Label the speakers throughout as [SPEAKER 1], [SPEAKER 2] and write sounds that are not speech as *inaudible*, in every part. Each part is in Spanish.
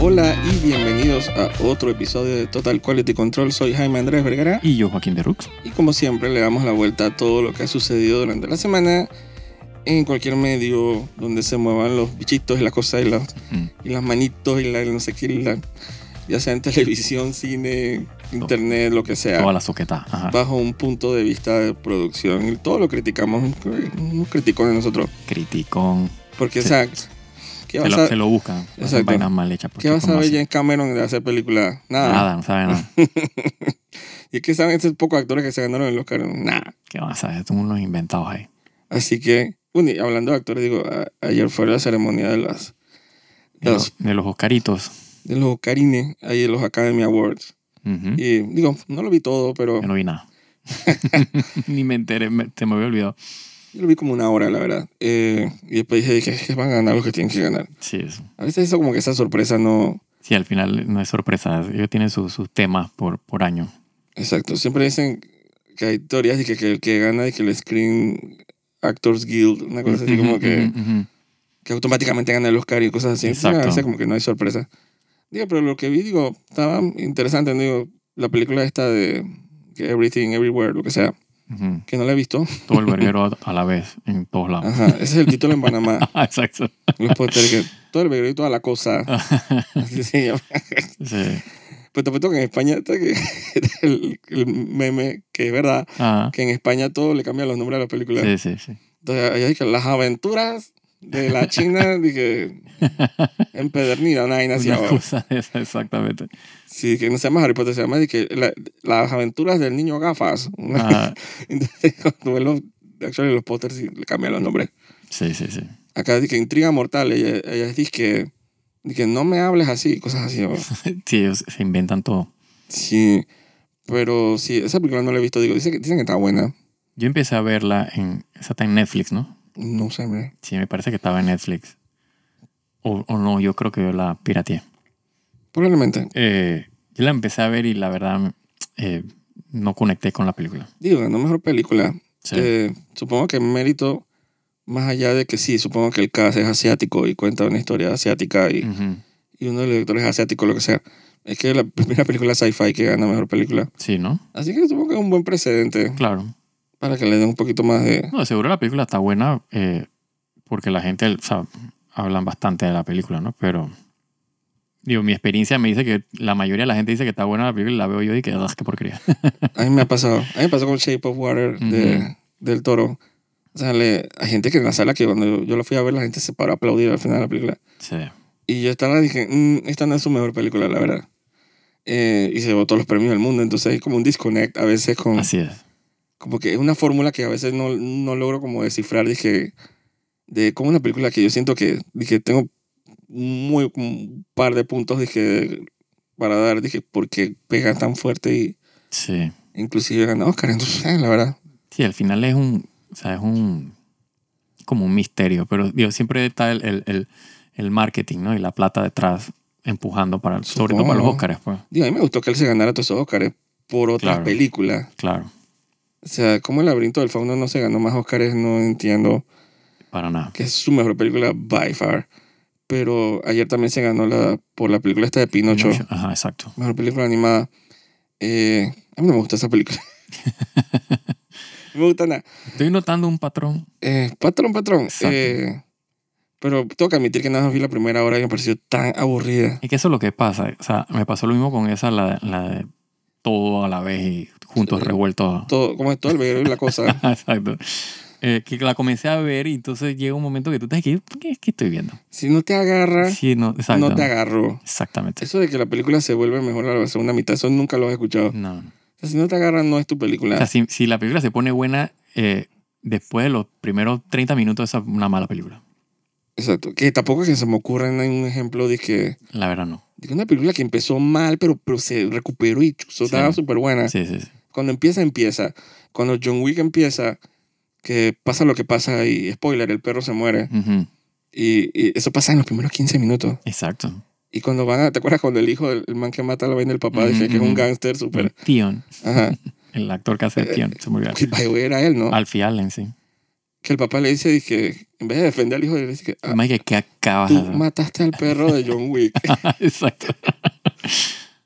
[SPEAKER 1] Hola y bienvenidos a otro episodio de Total Quality Control. Soy Jaime Andrés Vergara
[SPEAKER 2] Y yo, Joaquín de Rux.
[SPEAKER 1] y como siempre le damos la vuelta a todo lo que ha sucedido durante la semana en cualquier medio donde se muevan los bichitos y las cosas y, los-
[SPEAKER 2] Mm.
[SPEAKER 1] y las manitos y la no sé qué, y la- ya sea en televisión, cine, internet, lo que sea.
[SPEAKER 2] Toda la soqueta. Ajá.
[SPEAKER 1] Bajo un punto de vista de producción y todo lo criticamos, nos criticón de nosotros.
[SPEAKER 2] Criticón.
[SPEAKER 1] Porque,
[SPEAKER 2] Sí.
[SPEAKER 1] o sea, ¿qué
[SPEAKER 2] Se
[SPEAKER 1] vas
[SPEAKER 2] lo,
[SPEAKER 1] a,
[SPEAKER 2] se lo buscan. Hacen
[SPEAKER 1] Exacto.
[SPEAKER 2] Vainas mal hechas. porque
[SPEAKER 1] qué vas a
[SPEAKER 2] ¿cómo
[SPEAKER 1] ver
[SPEAKER 2] hacen?
[SPEAKER 1] James Cameron de hacer película?
[SPEAKER 2] Nada, no saben
[SPEAKER 1] *laughs*
[SPEAKER 2] nada.
[SPEAKER 1] Y es que saben esos pocos actores que se ganaron el Oscar. Nah.
[SPEAKER 2] ¿Qué van a saber? Son unos inventados ahí.
[SPEAKER 1] Así que, bueno, y hablando de actores, digo, a- ayer fue la ceremonia de las
[SPEAKER 2] De,
[SPEAKER 1] Los-
[SPEAKER 2] los- de los Oscaritos.
[SPEAKER 1] de los Oscarines, ahí de los Academy Awards.
[SPEAKER 2] Ujú.
[SPEAKER 1] Y digo, no lo vi todo, pero
[SPEAKER 2] Yo no
[SPEAKER 1] *laughs*
[SPEAKER 2] vi nada. *laughs* Ni me enteré, me- se me había olvidado.
[SPEAKER 1] yo lo vi como una hora, la verdad. Eh, y después dije que, que van a ganar los que tienen que ganar.
[SPEAKER 2] Sí, eso.
[SPEAKER 1] A veces eso como que esa sorpresa no...
[SPEAKER 2] Sí, al final no es sorpresa. Ellos tienen sus sus temas por, por año.
[SPEAKER 1] Exacto, siempre dicen que hay teorías de que, que el que gana es que el Screen Actors Guild, una cosa así como que...
[SPEAKER 2] Ujú, ujú, ujú.
[SPEAKER 1] que automáticamente gana el Oscar y cosas así. Entonces, a
[SPEAKER 2] Exacto.
[SPEAKER 1] veces como que no hay sorpresa. Digo, pero lo que vi, digo, estaba interesante. Digo, la película esta de que Everything, Everywhere, lo que sea,
[SPEAKER 2] Ujú.
[SPEAKER 1] que no la he visto.
[SPEAKER 2] Todo el verguero a- a la vez, en todos lados.
[SPEAKER 1] Ajá, ese es el título en Panamá. *laughs*
[SPEAKER 2] *laughs* Exacto.
[SPEAKER 1] Los pósteres que todo el verguero y toda la
[SPEAKER 2] *laughs*
[SPEAKER 1] cosa. Así se llama.
[SPEAKER 2] Sí.
[SPEAKER 1] Pero te apuesto que en España, está que, *laughs* el, el meme, que es verdad,
[SPEAKER 2] Ah,
[SPEAKER 1] que en España todo le cambian los nombres a las películas.
[SPEAKER 2] sí, sí, sí.
[SPEAKER 1] Entonces, ahí hay que las aventuras de la China,
[SPEAKER 2] *laughs*
[SPEAKER 1] dije, empedernida, una vaina así.
[SPEAKER 2] Una
[SPEAKER 1] ahora.
[SPEAKER 2] cosa de esa, exactamente.
[SPEAKER 1] *laughs* Sí, que no se llama Harry Potter, se llama de que la- las aventuras del niño gafas.
[SPEAKER 2] Ah,
[SPEAKER 1] *laughs* Entonces, cuando ven los, actually, los pósters sí, le cambian los nombres.
[SPEAKER 2] sí, sí, sí.
[SPEAKER 1] Acá dice que intriga mortal, ella, ella dice que, de que no me hables así, cosas así. ¿no?
[SPEAKER 2] Sí, ellos se inventan todo.
[SPEAKER 1] Sí, pero sí, esa película no la he visto, digo, dicen que, dicen que está buena.
[SPEAKER 2] Yo empecé a verla en. Esa está en Netflix, ¿no?
[SPEAKER 1] No sé, mira.
[SPEAKER 2] Sí, me parece que estaba en Netflix. O, o no, yo creo que yo la pirateé.
[SPEAKER 1] Probablemente.
[SPEAKER 2] Eh, yo la empecé a ver y la verdad eh, no conecté con la película.
[SPEAKER 1] Digo, ganó mejor película.
[SPEAKER 2] Sí.
[SPEAKER 1] Eh, supongo que mérito, más allá de que sí, supongo que el caso es asiático y cuenta una historia asiática y...
[SPEAKER 2] Ujú.
[SPEAKER 1] y uno de los directores asiáticos, lo que sea. Es que es la *laughs* primera película sci-fi que gana mejor película.
[SPEAKER 2] Sí, ¿no?
[SPEAKER 1] Así que supongo que es un buen precedente
[SPEAKER 2] Claro.
[SPEAKER 1] para que le den un poquito más de...
[SPEAKER 2] No, seguro la película está buena eh, porque la gente, o sea, hablan bastante de la película, ¿no? Pero, digo, mi experiencia me dice que la mayoría de la gente dice que está buena la película y la veo yo y que, "Ah, qué porquería.
[SPEAKER 1] A mí me ha pasado. A mí me pasó con Shape of Water de,
[SPEAKER 2] Ujú.
[SPEAKER 1] del Toro. O sea, le- hay gente que en la sala que cuando yo, yo la fui a ver, la gente se paró a aplaudir al final de la película.
[SPEAKER 2] sí.
[SPEAKER 1] Y yo estaba dije, "Mm, esta no es su mejor película, la verdad. Eh, y se votó los premios del mundo. Entonces hay como un disconnect a veces con...
[SPEAKER 2] Así es.
[SPEAKER 1] como que es una fórmula que a veces no, no logro como descifrar, dije, de como una película que yo siento que, dije, tengo muy un par de puntos, dije, para dar, dije, porque pega tan fuerte y
[SPEAKER 2] Sí.
[SPEAKER 1] inclusive gana Oscar, entonces, eh, la verdad.
[SPEAKER 2] Sí, al final es un, o sea, es un, como un misterio, pero, digo, siempre está el, el, el- el marketing, ¿no? Y la plata detrás empujando para, sobre todo para los
[SPEAKER 1] Supongo.
[SPEAKER 2] Óscares, pues.
[SPEAKER 1] Digo, a mí me gustó que él se ganara todos esos Oscars por otras
[SPEAKER 2] Claro.
[SPEAKER 1] películas.
[SPEAKER 2] Claro,
[SPEAKER 1] O sea, como el laberinto del fauno no se ganó más Oscars, no entiendo,
[SPEAKER 2] para nada.
[SPEAKER 1] que es su mejor película by far. Pero ayer también se ganó la, por la película esta de Pinocho.
[SPEAKER 2] Ajá, exacto.
[SPEAKER 1] Mejor película animada. Eh, a mí no me gusta esa
[SPEAKER 2] *laughs*
[SPEAKER 1] película. no me gusta nada.
[SPEAKER 2] Estoy notando un patrón.
[SPEAKER 1] Eh, patrón, patrón.
[SPEAKER 2] Exacto.
[SPEAKER 1] Eh, pero tengo que admitir que nada más vi la primera hora y me pareció tan aburrida.
[SPEAKER 2] Es que eso es lo que pasa. O sea, me pasó lo mismo con esa, la, la de todo a la vez y juntos
[SPEAKER 1] Sí.
[SPEAKER 2] revueltos. *laughs*
[SPEAKER 1] Todo, como es todo el verguero y la cosa.
[SPEAKER 2] Exacto. Eh, que la comencé a ver y entonces llega un momento que tú te dices, ¿qué, qué, qué estoy viendo?
[SPEAKER 1] Si no te agarra,
[SPEAKER 2] Sí, no, exacto.
[SPEAKER 1] Eh, no te agarró.
[SPEAKER 2] Exactamente.
[SPEAKER 1] Eso de que la película se vuelve mejor a la segunda mitad, eso nunca lo he escuchado.
[SPEAKER 2] No.
[SPEAKER 1] O sea, si no te agarra, no es tu
[SPEAKER 2] O sea,
[SPEAKER 1] película.
[SPEAKER 2] si, si la película se pone buena eh, después de los primeros 30 minutos, esa es una mala película.
[SPEAKER 1] Exacto. Que tampoco es que se me ocurra en un ejemplo de que,
[SPEAKER 2] La verdad, no.
[SPEAKER 1] de que una película que empezó mal, pero, pero se recuperó y chuzó, estaba súper buena.
[SPEAKER 2] Sí, sí, sí.
[SPEAKER 1] Cuando empieza, empieza. Cuando John Wick empieza, que pasa lo que pasa y spoiler, el perro se muere.
[SPEAKER 2] Ujú.
[SPEAKER 1] Y, y eso pasa en los primeros 15 minutos.
[SPEAKER 2] Exacto.
[SPEAKER 1] Y cuando van a, ¿te acuerdas cuando el hijo del el man que mata a la vaina del papá
[SPEAKER 2] Ujú,
[SPEAKER 1] dice que es un
[SPEAKER 2] ujú.
[SPEAKER 1] gángster súper?
[SPEAKER 2] Tion,
[SPEAKER 1] Ajá.
[SPEAKER 2] *laughs*
[SPEAKER 1] *laughs*
[SPEAKER 2] el actor que hace de Tion, se me olvidó.
[SPEAKER 1] Eh, Que by the way, era él, ¿no?
[SPEAKER 2] Alfie Allen, sí.
[SPEAKER 1] que el papá le dice que en vez de defender al hijo, le dice que ah,
[SPEAKER 2] Además, que, que acabas de
[SPEAKER 1] tú
[SPEAKER 2] hacer?
[SPEAKER 1] mataste al perro de John Wick.
[SPEAKER 2] *laughs*
[SPEAKER 1] *laughs*
[SPEAKER 2] Exacto.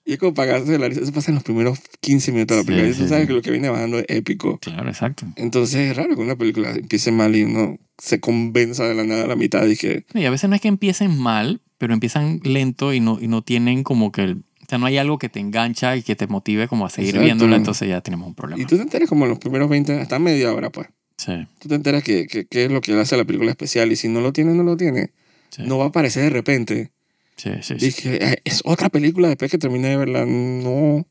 [SPEAKER 1] y es como pagarse la risa. Eso pasa en los primeros 15 minutos de la
[SPEAKER 2] Sí,
[SPEAKER 1] película. Y tú
[SPEAKER 2] sí,
[SPEAKER 1] sabes
[SPEAKER 2] sí.
[SPEAKER 1] que lo que viene bajando es épico.
[SPEAKER 2] Claro, exacto.
[SPEAKER 1] Entonces es raro que una película empiece mal y uno se convenza de la nada a la mitad y que
[SPEAKER 2] Y a veces no es que empiecen mal, pero empiezan lento y no, y no tienen como que... el- o sea, no hay algo que te engancha y que te motive como a seguir
[SPEAKER 1] Exacto.
[SPEAKER 2] viéndola, entonces ya tenemos un problema.
[SPEAKER 1] Y tú te enteras como en los primeros 20, hasta media hora, pues.
[SPEAKER 2] Sí,
[SPEAKER 1] Tú te enteras que, que, que es lo que le hace a la película especial y si no lo tiene, no lo tiene.
[SPEAKER 2] sí,
[SPEAKER 1] No va a aparecer de repente.
[SPEAKER 2] sí, sí, sí.
[SPEAKER 1] Dije, "Eh, es otra película después que terminé de verla. No,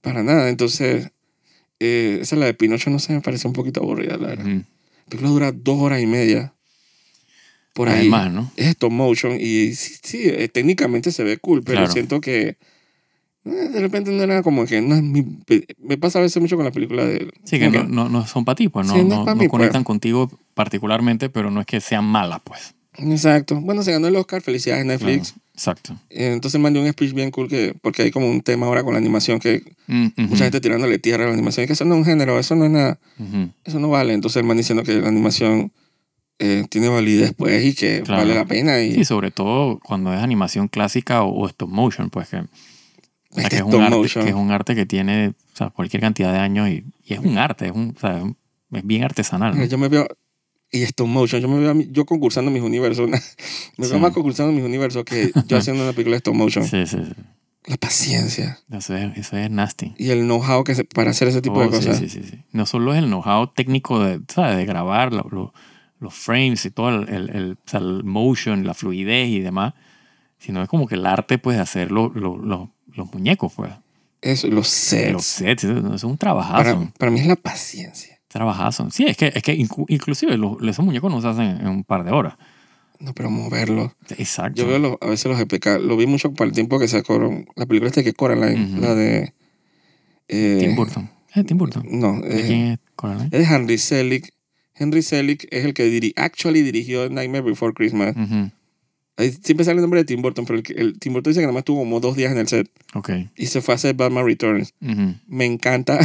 [SPEAKER 1] para nada. Entonces, eh, esa la de Pinocho, no sé, me pareció un poquito aburrida, la verdad.
[SPEAKER 2] Ujú.
[SPEAKER 1] La película dura dos horas y media. Por ahí.
[SPEAKER 2] Además, ¿no?
[SPEAKER 1] es stop motion y sí, sí, eh, técnicamente se ve cool, pero
[SPEAKER 2] Claro.
[SPEAKER 1] siento que eh, de repente no era como que no es mi pe- me pasa a veces mucho con las películas de
[SPEAKER 2] Sí, que
[SPEAKER 1] como
[SPEAKER 2] no, no, no son para ti, pues no,
[SPEAKER 1] Sí, no es
[SPEAKER 2] no,
[SPEAKER 1] pa'
[SPEAKER 2] no
[SPEAKER 1] mí,
[SPEAKER 2] conectan contigo particularmente, pero no es que sean malas, pues.
[SPEAKER 1] exacto bueno se ganó el Oscar felicidades Netflix
[SPEAKER 2] Claro, Exacto.
[SPEAKER 1] Eh, entonces mandé un speech bien cool que porque hay como un tema ahora con la animación que
[SPEAKER 2] Mm, ujú,
[SPEAKER 1] mucha gente tirándole tierra a la animación y que eso no es un género eso no es nada
[SPEAKER 2] ujú.
[SPEAKER 1] eso no vale entonces el man diciendo que la animación eh, tiene validez pues y que
[SPEAKER 2] Claro.
[SPEAKER 1] vale la pena y
[SPEAKER 2] Sí, sobre todo cuando es animación clásica o, o stop motion, pues que, o sea,
[SPEAKER 1] este
[SPEAKER 2] que es un
[SPEAKER 1] stop
[SPEAKER 2] arte,
[SPEAKER 1] motion.
[SPEAKER 2] que es un arte que tiene o sea, cualquier cantidad de años y, y es un arte, es, un, o sea, es un- es bien artesanal. ¿no?
[SPEAKER 1] Mira, Yo me veo. Y stop motion, yo me veo a mí- yo concursando mis universos. *laughs* Me veo
[SPEAKER 2] Sí.
[SPEAKER 1] más concursando mis universos que yo haciendo una película de stop motion.
[SPEAKER 2] Sí, sí, sí.
[SPEAKER 1] La paciencia
[SPEAKER 2] Eso es, eso es nasty.
[SPEAKER 1] y el know-how que se- para hacer ese tipo de
[SPEAKER 2] Oh, sí,
[SPEAKER 1] cosas.
[SPEAKER 2] sí, sí, sí. No solo es el know-how técnico de, ¿sabes? de grabar lo- lo- los frames y todo el, el- el- o sea, el motion, la fluidez y demás, sino es como que el arte pues, de hacer lo- lo- lo- los muñecos, pues.
[SPEAKER 1] Eso, los sets.
[SPEAKER 2] los sets, eso es un trabajazo.
[SPEAKER 1] para, para mí es la paciencia.
[SPEAKER 2] Trabajazo. Sí, es que, es que incu- inclusive los, esos muñecos no se hacen en un par de horas.
[SPEAKER 1] No, pero moverlo.
[SPEAKER 2] Exacto.
[SPEAKER 1] Yo veo los- a veces los EPK. Lo vi mucho para el tiempo que sacaron la película esta que es Coraline,
[SPEAKER 2] Ujú.
[SPEAKER 1] la de. eh,
[SPEAKER 2] Tim Burton. Eh, Tim Burton.
[SPEAKER 1] No,
[SPEAKER 2] ¿De
[SPEAKER 1] eh,
[SPEAKER 2] quién es Coraline?
[SPEAKER 1] es Henry Selick. Henry Selick es el que diri actually dirigió Nightmare Before Christmas.
[SPEAKER 2] Ujú.
[SPEAKER 1] Ahí siempre sale el nombre de Tim Burton, pero el, que- el- Tim Burton dice que nada más tuvo como dos días en el set
[SPEAKER 2] Ok.
[SPEAKER 1] y se fue a hacer Batman Returns. *laughs*
[SPEAKER 2] Ujú.
[SPEAKER 1] Me encanta.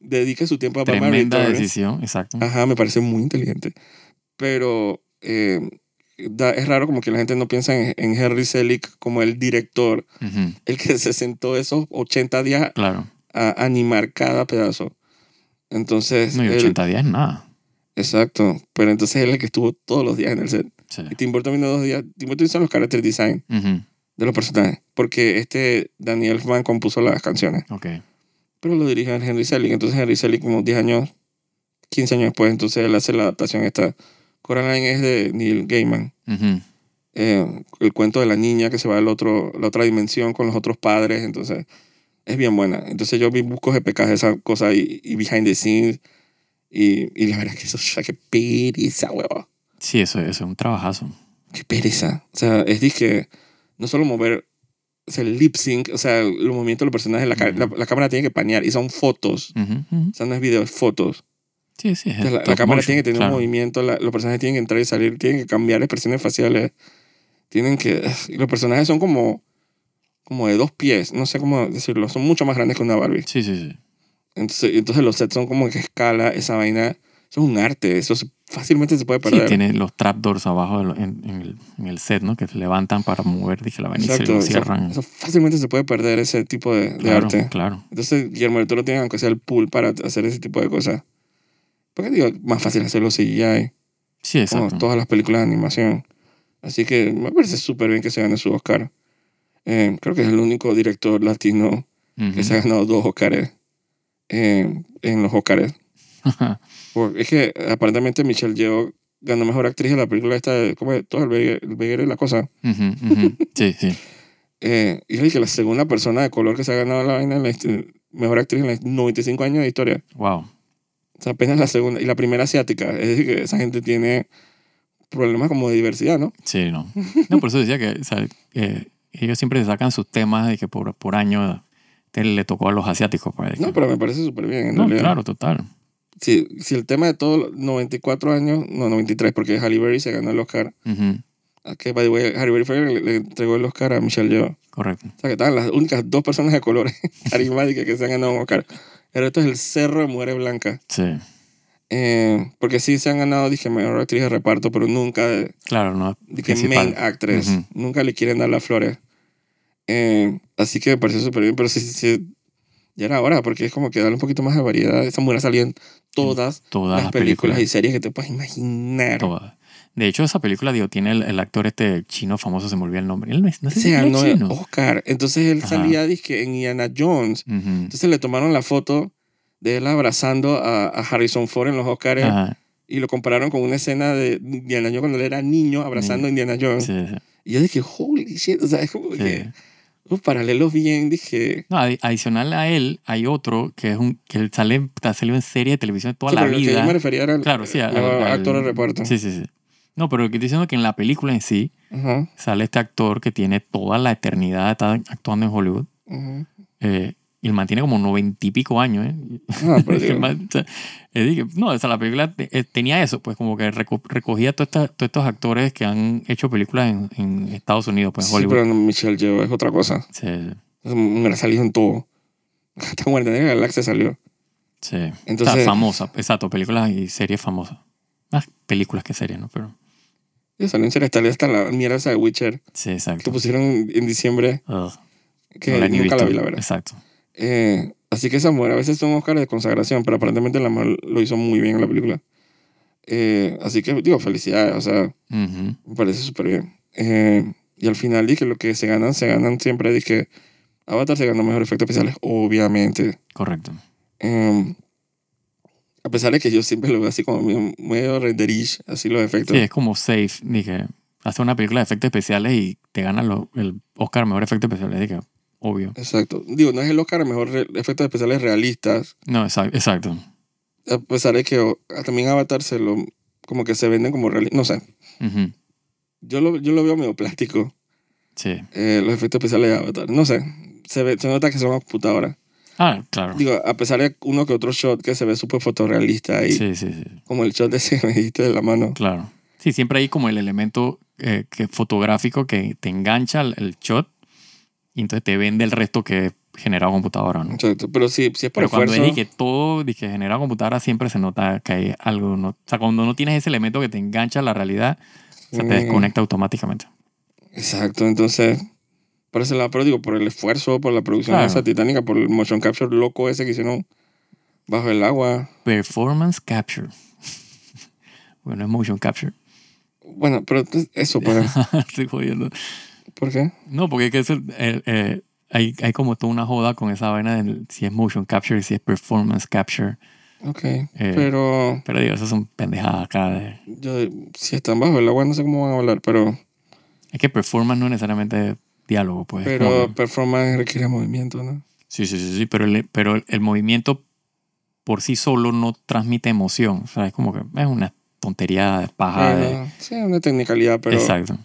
[SPEAKER 1] Dedique su tiempo a Batman
[SPEAKER 2] Tremenda
[SPEAKER 1] Returns.
[SPEAKER 2] decisión, exacto.
[SPEAKER 1] Ajá, me parece muy inteligente. Pero eh, da- es raro como que la gente no piensa en, en Henry Selick como el director,
[SPEAKER 2] Ujú.
[SPEAKER 1] el que se sentó esos 80 días
[SPEAKER 2] Claro.
[SPEAKER 1] a animar cada pedazo. Entonces,
[SPEAKER 2] No, y
[SPEAKER 1] él-
[SPEAKER 2] 80 días es nada.
[SPEAKER 1] exacto. Pero entonces él es el que estuvo todos los días en el set.
[SPEAKER 2] Sí.
[SPEAKER 1] Y Tim Burton vino dos días. Tim Burton hizo los character design.
[SPEAKER 2] Ujú.
[SPEAKER 1] de los personajes. Porque este Daniel Elfman compuso las canciones,
[SPEAKER 2] Ok.
[SPEAKER 1] pero lo dirige Henry Selick. Entonces Henry Selick como 10 años, 15 años después, entonces él hace la adaptación esta. Coraline es de Neil Gaiman.
[SPEAKER 2] Ujú.
[SPEAKER 1] Eh, el cuento de la niña que se va a la otra dimensión con los otros padres. Entonces es bien buena. Entonces yo vi busco GPKs de esa cosa y, y behind the scenes. Y, y la verdad es que eso, o sea, qué pereza, huevo.
[SPEAKER 2] Sí, eso, eso es un trabajazo.
[SPEAKER 1] Qué pereza. O sea, es disque, no solo mover, o sea, el lip sync, o sea, el- los movimientos de los personajes, la, ca-
[SPEAKER 2] Ujú.
[SPEAKER 1] la, la cámara tiene que panear y son fotos.
[SPEAKER 2] Ujú, ujú.
[SPEAKER 1] O sea, no es video, es fotos.
[SPEAKER 2] Sí, sí. es
[SPEAKER 1] O sea, la, la
[SPEAKER 2] stop
[SPEAKER 1] cámara
[SPEAKER 2] motion,
[SPEAKER 1] tiene que tener
[SPEAKER 2] claro.
[SPEAKER 1] un movimiento, la- los personajes tienen que entrar y salir, tienen que cambiar expresiones faciales, tienen que... y los personajes son como, como de dos pies, no sé cómo decirlo, son mucho más grandes que una Barbie.
[SPEAKER 2] Sí, sí, sí.
[SPEAKER 1] Entonces, entonces los sets son como que escala, esa vaina, eso es un arte, eso se- fácilmente se puede
[SPEAKER 2] Sí,
[SPEAKER 1] perder.
[SPEAKER 2] tiene los trapdoors abajo de lo- en, en el, en el set, ¿no? Que se levantan para mover, dije, la vaina y se
[SPEAKER 1] Exacto,
[SPEAKER 2] lo
[SPEAKER 1] eso,
[SPEAKER 2] cierran.
[SPEAKER 1] eso fácilmente se puede perder ese tipo de, de
[SPEAKER 2] claro,
[SPEAKER 1] arte.
[SPEAKER 2] claro.
[SPEAKER 1] Entonces, Guillermo del Toro tiene aunque sea el pool para hacer ese tipo de cosas. Porque digo, más fácil hacerlo CGI,
[SPEAKER 2] Sí,
[SPEAKER 1] como
[SPEAKER 2] exacto.
[SPEAKER 1] todas las películas de animación. Así que me parece súper bien que se gane su Oscar. Eh, creo que es el único director latino
[SPEAKER 2] Ujú.
[SPEAKER 1] que se ha ganado dos Oscars eh, en los Oscars. Porque es que aparentemente Michelle Yeoh ganó mejor actriz en la película esta de, ¿cómo es? Todo el veguero el veguero y la cosa.
[SPEAKER 2] *laughs* Ujú, ujú. Sí, sí.
[SPEAKER 1] Eh, y es que la segunda persona de color que se ha ganado la vaina en la histi- mejor actriz en los 95 años de historia.
[SPEAKER 2] Wow.
[SPEAKER 1] O sea, apenas la segunda. Y la primera asiática. Es decir, que esa gente tiene problemas como de diversidad, ¿no?
[SPEAKER 2] Sí, no. No, por eso decía que o sea, eh, ellos siempre se sacan sus temas de que por, por año te- le tocó a los asiáticos. Pues, de que-
[SPEAKER 1] No, pero me parece súper bien, en
[SPEAKER 2] No,
[SPEAKER 1] realidad.
[SPEAKER 2] claro, total.
[SPEAKER 1] Si, si el tema de todos los 94 años, no, 93, porque Halle Berry se ganó el Oscar.
[SPEAKER 2] Ujú,
[SPEAKER 1] Ah, Que, by the way, Halle Berry fue la que le, le entregó el Oscar a Michelle Yeoh.
[SPEAKER 2] Correcto.
[SPEAKER 1] O sea, que estaban las únicas dos personas de *laughs* color carismáticas que se han ganado un Oscar. El resto es el cerro de mujeres blancas.
[SPEAKER 2] Sí.
[SPEAKER 1] Eh, porque sí se han ganado, dije, mejor actriz de reparto, pero nunca de,
[SPEAKER 2] Claro, no.
[SPEAKER 1] de que
[SPEAKER 2] principal.
[SPEAKER 1] main actress.
[SPEAKER 2] Ujú.
[SPEAKER 1] Nunca le quieren dar las flores. Eh, así que me pareció súper bien, pero sí, sí, sí, ya era hora, porque es como que darle un poquito más de variedad. Esa mujer salía en todas
[SPEAKER 2] Todas
[SPEAKER 1] las
[SPEAKER 2] las
[SPEAKER 1] películas
[SPEAKER 2] películas.
[SPEAKER 1] y series que te puedas imaginar.
[SPEAKER 2] todas. De hecho, esa película, digo, tiene el, el actor este chino famoso, se me olvidó el nombre. Él no es, no sé si
[SPEAKER 1] Se
[SPEAKER 2] él es
[SPEAKER 1] ganó el
[SPEAKER 2] chino.
[SPEAKER 1] Oscar. Entonces él
[SPEAKER 2] Ajá.
[SPEAKER 1] salía, dije, en Indiana Jones.
[SPEAKER 2] Ujú.
[SPEAKER 1] Entonces le tomaron la foto de él abrazando a, a Harrison Ford en los Oscars
[SPEAKER 2] Ajá,
[SPEAKER 1] y lo compararon con una escena de Indiana Jones cuando él era niño abrazando a Indiana Jones.
[SPEAKER 2] sí, sí,
[SPEAKER 1] Y yo dije, holy shit, o sea, es como
[SPEAKER 2] sí.
[SPEAKER 1] que unos paralelos bien, dije,
[SPEAKER 2] No, adi- adicional a él, hay otro que es un que él sale, ha salido en serie de televisión toda
[SPEAKER 1] sí,
[SPEAKER 2] la
[SPEAKER 1] pero lo que yo
[SPEAKER 2] vida.
[SPEAKER 1] me refería era al eh,
[SPEAKER 2] Claro, sí, al-
[SPEAKER 1] al
[SPEAKER 2] al-
[SPEAKER 1] actor de reparto.
[SPEAKER 2] Sí, sí, sí. No, pero lo que estoy diciendo es que en la película en sí
[SPEAKER 1] Ajá,
[SPEAKER 2] sale este actor que tiene toda la eternidad, está actuando en Hollywood.
[SPEAKER 1] ajá.
[SPEAKER 2] eh, y él mantiene como noventa y pico años. ¿eh?
[SPEAKER 1] Ah,
[SPEAKER 2] *laughs*
[SPEAKER 1] pero
[SPEAKER 2] *laughs* Es que
[SPEAKER 1] digo,
[SPEAKER 2] el man- o sea, es decir, que- no, o sea, la película te- eh, tenía eso, pues como que reco- recogía todas estas- todos estos actores que han hecho películas en, en Estados Unidos, pues en
[SPEAKER 1] sí,
[SPEAKER 2] Hollywood.
[SPEAKER 1] pero no, Michelle Yeoh es otra cosa.
[SPEAKER 2] Sí,
[SPEAKER 1] Es un gran salido en todo. *laughs* Hasta Guardianes de la Galaxia salió.
[SPEAKER 2] sí.
[SPEAKER 1] Entonces-
[SPEAKER 2] o sea, famosa, exacto, películas y series famosas. Más películas que series, ¿no? Pero,
[SPEAKER 1] Ella salió en serie, salió hasta la mierda esa de Witcher
[SPEAKER 2] sí,
[SPEAKER 1] que
[SPEAKER 2] exacto.
[SPEAKER 1] pusieron en diciembre,
[SPEAKER 2] Ugh,
[SPEAKER 1] que
[SPEAKER 2] no la he ni
[SPEAKER 1] nunca la
[SPEAKER 2] visto.
[SPEAKER 1] vi, la verdad.
[SPEAKER 2] Exacto.
[SPEAKER 1] Eh, así que esa mujer a veces son Oscars de consagración, pero aparentemente la mujer lo hizo muy bien en la película. Eh, así que digo, felicidades, o sea,
[SPEAKER 2] Ujú.
[SPEAKER 1] me parece súper bien. Eh, y al final dije, lo que se ganan, se ganan siempre. Dije, Avatar se ganó mejores efectos especiales, obviamente.
[SPEAKER 2] Correcto.
[SPEAKER 1] Eh, a pesar de que yo siempre lo veo así como medio- medio renderish, así los efectos.
[SPEAKER 2] Sí, es como safe. Dije, hace una película de efectos especiales y te ganan lo- el Oscar mejor efectos especiales. Dije, obvio.
[SPEAKER 1] Exacto. Digo, no es el Oscar a mejor re- efectos especiales realistas,
[SPEAKER 2] No, exa- exacto.
[SPEAKER 1] a pesar de que o, también Avatar se lo, como que se venden como realistas, no sé.
[SPEAKER 2] Ujú.
[SPEAKER 1] Yo lo, yo lo veo medio plástico,
[SPEAKER 2] Sí.
[SPEAKER 1] eh, los efectos especiales de Avatar. No sé, se, ve, se nota que son a computadora.
[SPEAKER 2] Ah, claro.
[SPEAKER 1] Digo, a pesar de uno que otro shot que se ve súper fotorrealista ahí,
[SPEAKER 2] Sí, sí, sí.
[SPEAKER 1] como el shot ese que me diste de *laughs* la mano.
[SPEAKER 2] Claro. Sí, siempre hay como el elemento eh, que, fotográfico que te engancha al- el, shot y entonces te vende el resto que es generado a computadora, ¿no?
[SPEAKER 1] Exacto, pero si, si es por
[SPEAKER 2] Pero cuando
[SPEAKER 1] esfuerzo,
[SPEAKER 2] es que todo dije, generado a computadora siempre se nota que hay algo. No, o sea, cuando no tienes ese elemento que te engancha a la realidad, o sea, te
[SPEAKER 1] mm,
[SPEAKER 2] desconecta automáticamente.
[SPEAKER 1] Exacto, entonces, por ese lado, pero digo, por el esfuerzo, por la producción
[SPEAKER 2] Claro.
[SPEAKER 1] esa titánica, por el motion capture loco ese que hicieron bajo el agua.
[SPEAKER 2] Performance capture. *laughs* bueno, es motion capture. *laughs*
[SPEAKER 1] Bueno, pero pues, eso, pues,
[SPEAKER 2] Estoy jodiendo.
[SPEAKER 1] ¿por qué?
[SPEAKER 2] No, porque es que eso, eh, eh, hay, hay como toda una joda con esa vaina de si es motion capture, si es performance capture.
[SPEAKER 1] Ok,
[SPEAKER 2] Eh,
[SPEAKER 1] pero
[SPEAKER 2] Pero digo, esas son pendejadas acá. de-
[SPEAKER 1] yo, si están bajo el agua, no sé cómo van a hablar, pero,
[SPEAKER 2] Es que performance no es necesariamente diálogo, pues. es como
[SPEAKER 1] pero
[SPEAKER 2] que-
[SPEAKER 1] performance requiere movimiento, ¿no?
[SPEAKER 2] sí, sí, sí, sí, pero el, pero el- el movimiento por sí solo no transmite emoción. O sea, es como que es una tontería de paja. de-
[SPEAKER 1] Bueno, sí, es una tecnicalidad, pero,
[SPEAKER 2] Exacto.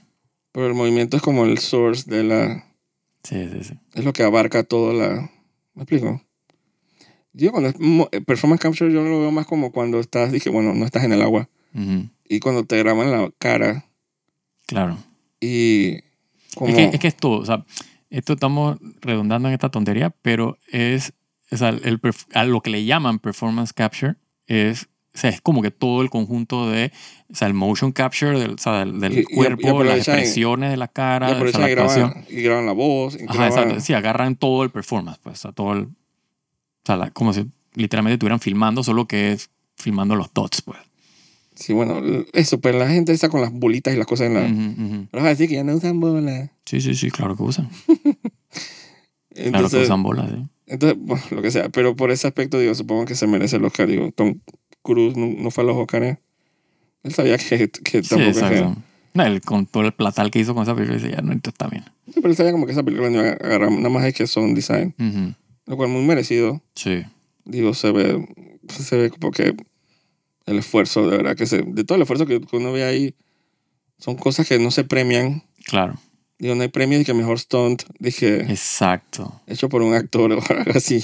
[SPEAKER 1] pero el movimiento es como el source de la...
[SPEAKER 2] Sí, sí, sí.
[SPEAKER 1] Es lo que abarca toda la... ¿Me explico? Yo cuando es mo- eh, performance capture yo lo veo más como cuando estás, dije, bueno, no estás en el agua.
[SPEAKER 2] Ujú,
[SPEAKER 1] Y cuando te graban la cara
[SPEAKER 2] Claro.
[SPEAKER 1] y como...
[SPEAKER 2] Es que, es que es todo. O sea, esto estamos redundando en esta tontería, pero es. o sea, el perf- a lo que le llaman performance capture es. O sea, es como que todo el conjunto de. O sea, el motion capture del, o sea, del, del
[SPEAKER 1] Y- y- y
[SPEAKER 2] cuerpo, las
[SPEAKER 1] aprovechan-
[SPEAKER 2] expresiones de la
[SPEAKER 1] y
[SPEAKER 2] cara, o sea,
[SPEAKER 1] aprovechan
[SPEAKER 2] la
[SPEAKER 1] y
[SPEAKER 2] actuación.
[SPEAKER 1] graban, y graban la voz. y
[SPEAKER 2] Ajá,
[SPEAKER 1] graban-
[SPEAKER 2] exacto. Sí, agarran todo el performance, pues. O sea, todo el. O sea, la- como si literalmente estuvieran filmando, solo que es filmando los dots, pues.
[SPEAKER 1] Sí, bueno, eso, pero la gente está con las bolitas y las cosas en la...
[SPEAKER 2] Ujú, ujú.
[SPEAKER 1] Pero vas a decir que ya no usan bola.
[SPEAKER 2] Sí, sí, sí, Mm. claro que usan. Claro que
[SPEAKER 1] Entonces,
[SPEAKER 2] usan bolas, sí.
[SPEAKER 1] entonces, bueno, lo que sea. Pero por ese aspecto, digo, supongo que se merece el Oscar. Digo, Tom Cruise no, no fue a los Oscars. Él sabía que, que
[SPEAKER 2] Sí,
[SPEAKER 1] tampoco es que-
[SPEAKER 2] exacto. No, él con todo el platal que hizo con esa película, dice, ya no, esto está bien.
[SPEAKER 1] Sí, pero él sabía como que esa película no iba a agarrar nada más es que son design.
[SPEAKER 2] Ujú,
[SPEAKER 1] Lo cual muy merecido.
[SPEAKER 2] Sí,
[SPEAKER 1] Digo, se ve, se ve como que el esfuerzo, de verdad, que se, de todo el esfuerzo que que uno ve ahí, son cosas que no se premian.
[SPEAKER 2] claro.
[SPEAKER 1] Digo, no hay premios de que mejor stunt, dije,
[SPEAKER 2] Exacto.
[SPEAKER 1] hecho por un actor *laughs* o algo así.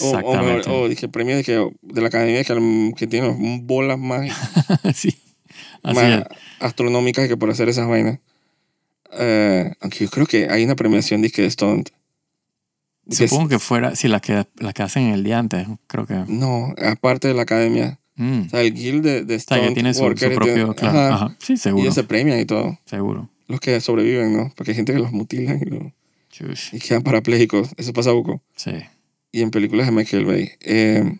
[SPEAKER 1] O, o mejor,
[SPEAKER 2] Exactamente.
[SPEAKER 1] o dije, premios de que, de la academia de que, que tiene las bolas más,
[SPEAKER 2] *laughs* sí. *laughs* Así
[SPEAKER 1] más
[SPEAKER 2] es.
[SPEAKER 1] astronómicas que por hacer esas vainas. Eh, aunque yo creo que hay una premiación dije, de stunt. Dije,
[SPEAKER 2] Supongo que fuera, si las que, las que hacen el día antes, creo que.
[SPEAKER 1] No, aparte de la academia.
[SPEAKER 2] Mm.
[SPEAKER 1] O sea, el guild de, de
[SPEAKER 2] O sea, que
[SPEAKER 1] stunt
[SPEAKER 2] tiene su, su
[SPEAKER 1] workers,
[SPEAKER 2] propio...
[SPEAKER 1] tiene-
[SPEAKER 2] claro,
[SPEAKER 1] ajá,
[SPEAKER 2] ajá. Sí,
[SPEAKER 1] Y
[SPEAKER 2] seguro,
[SPEAKER 1] ellos se premian y todo.
[SPEAKER 2] seguro.
[SPEAKER 1] Los que sobreviven, ¿no? Porque hay gente que los mutilan y, lo-
[SPEAKER 2] Chush,
[SPEAKER 1] y quedan parapléjicos. Eso pasa poco.
[SPEAKER 2] Sí.
[SPEAKER 1] Y en películas de Michael Bay. Eh,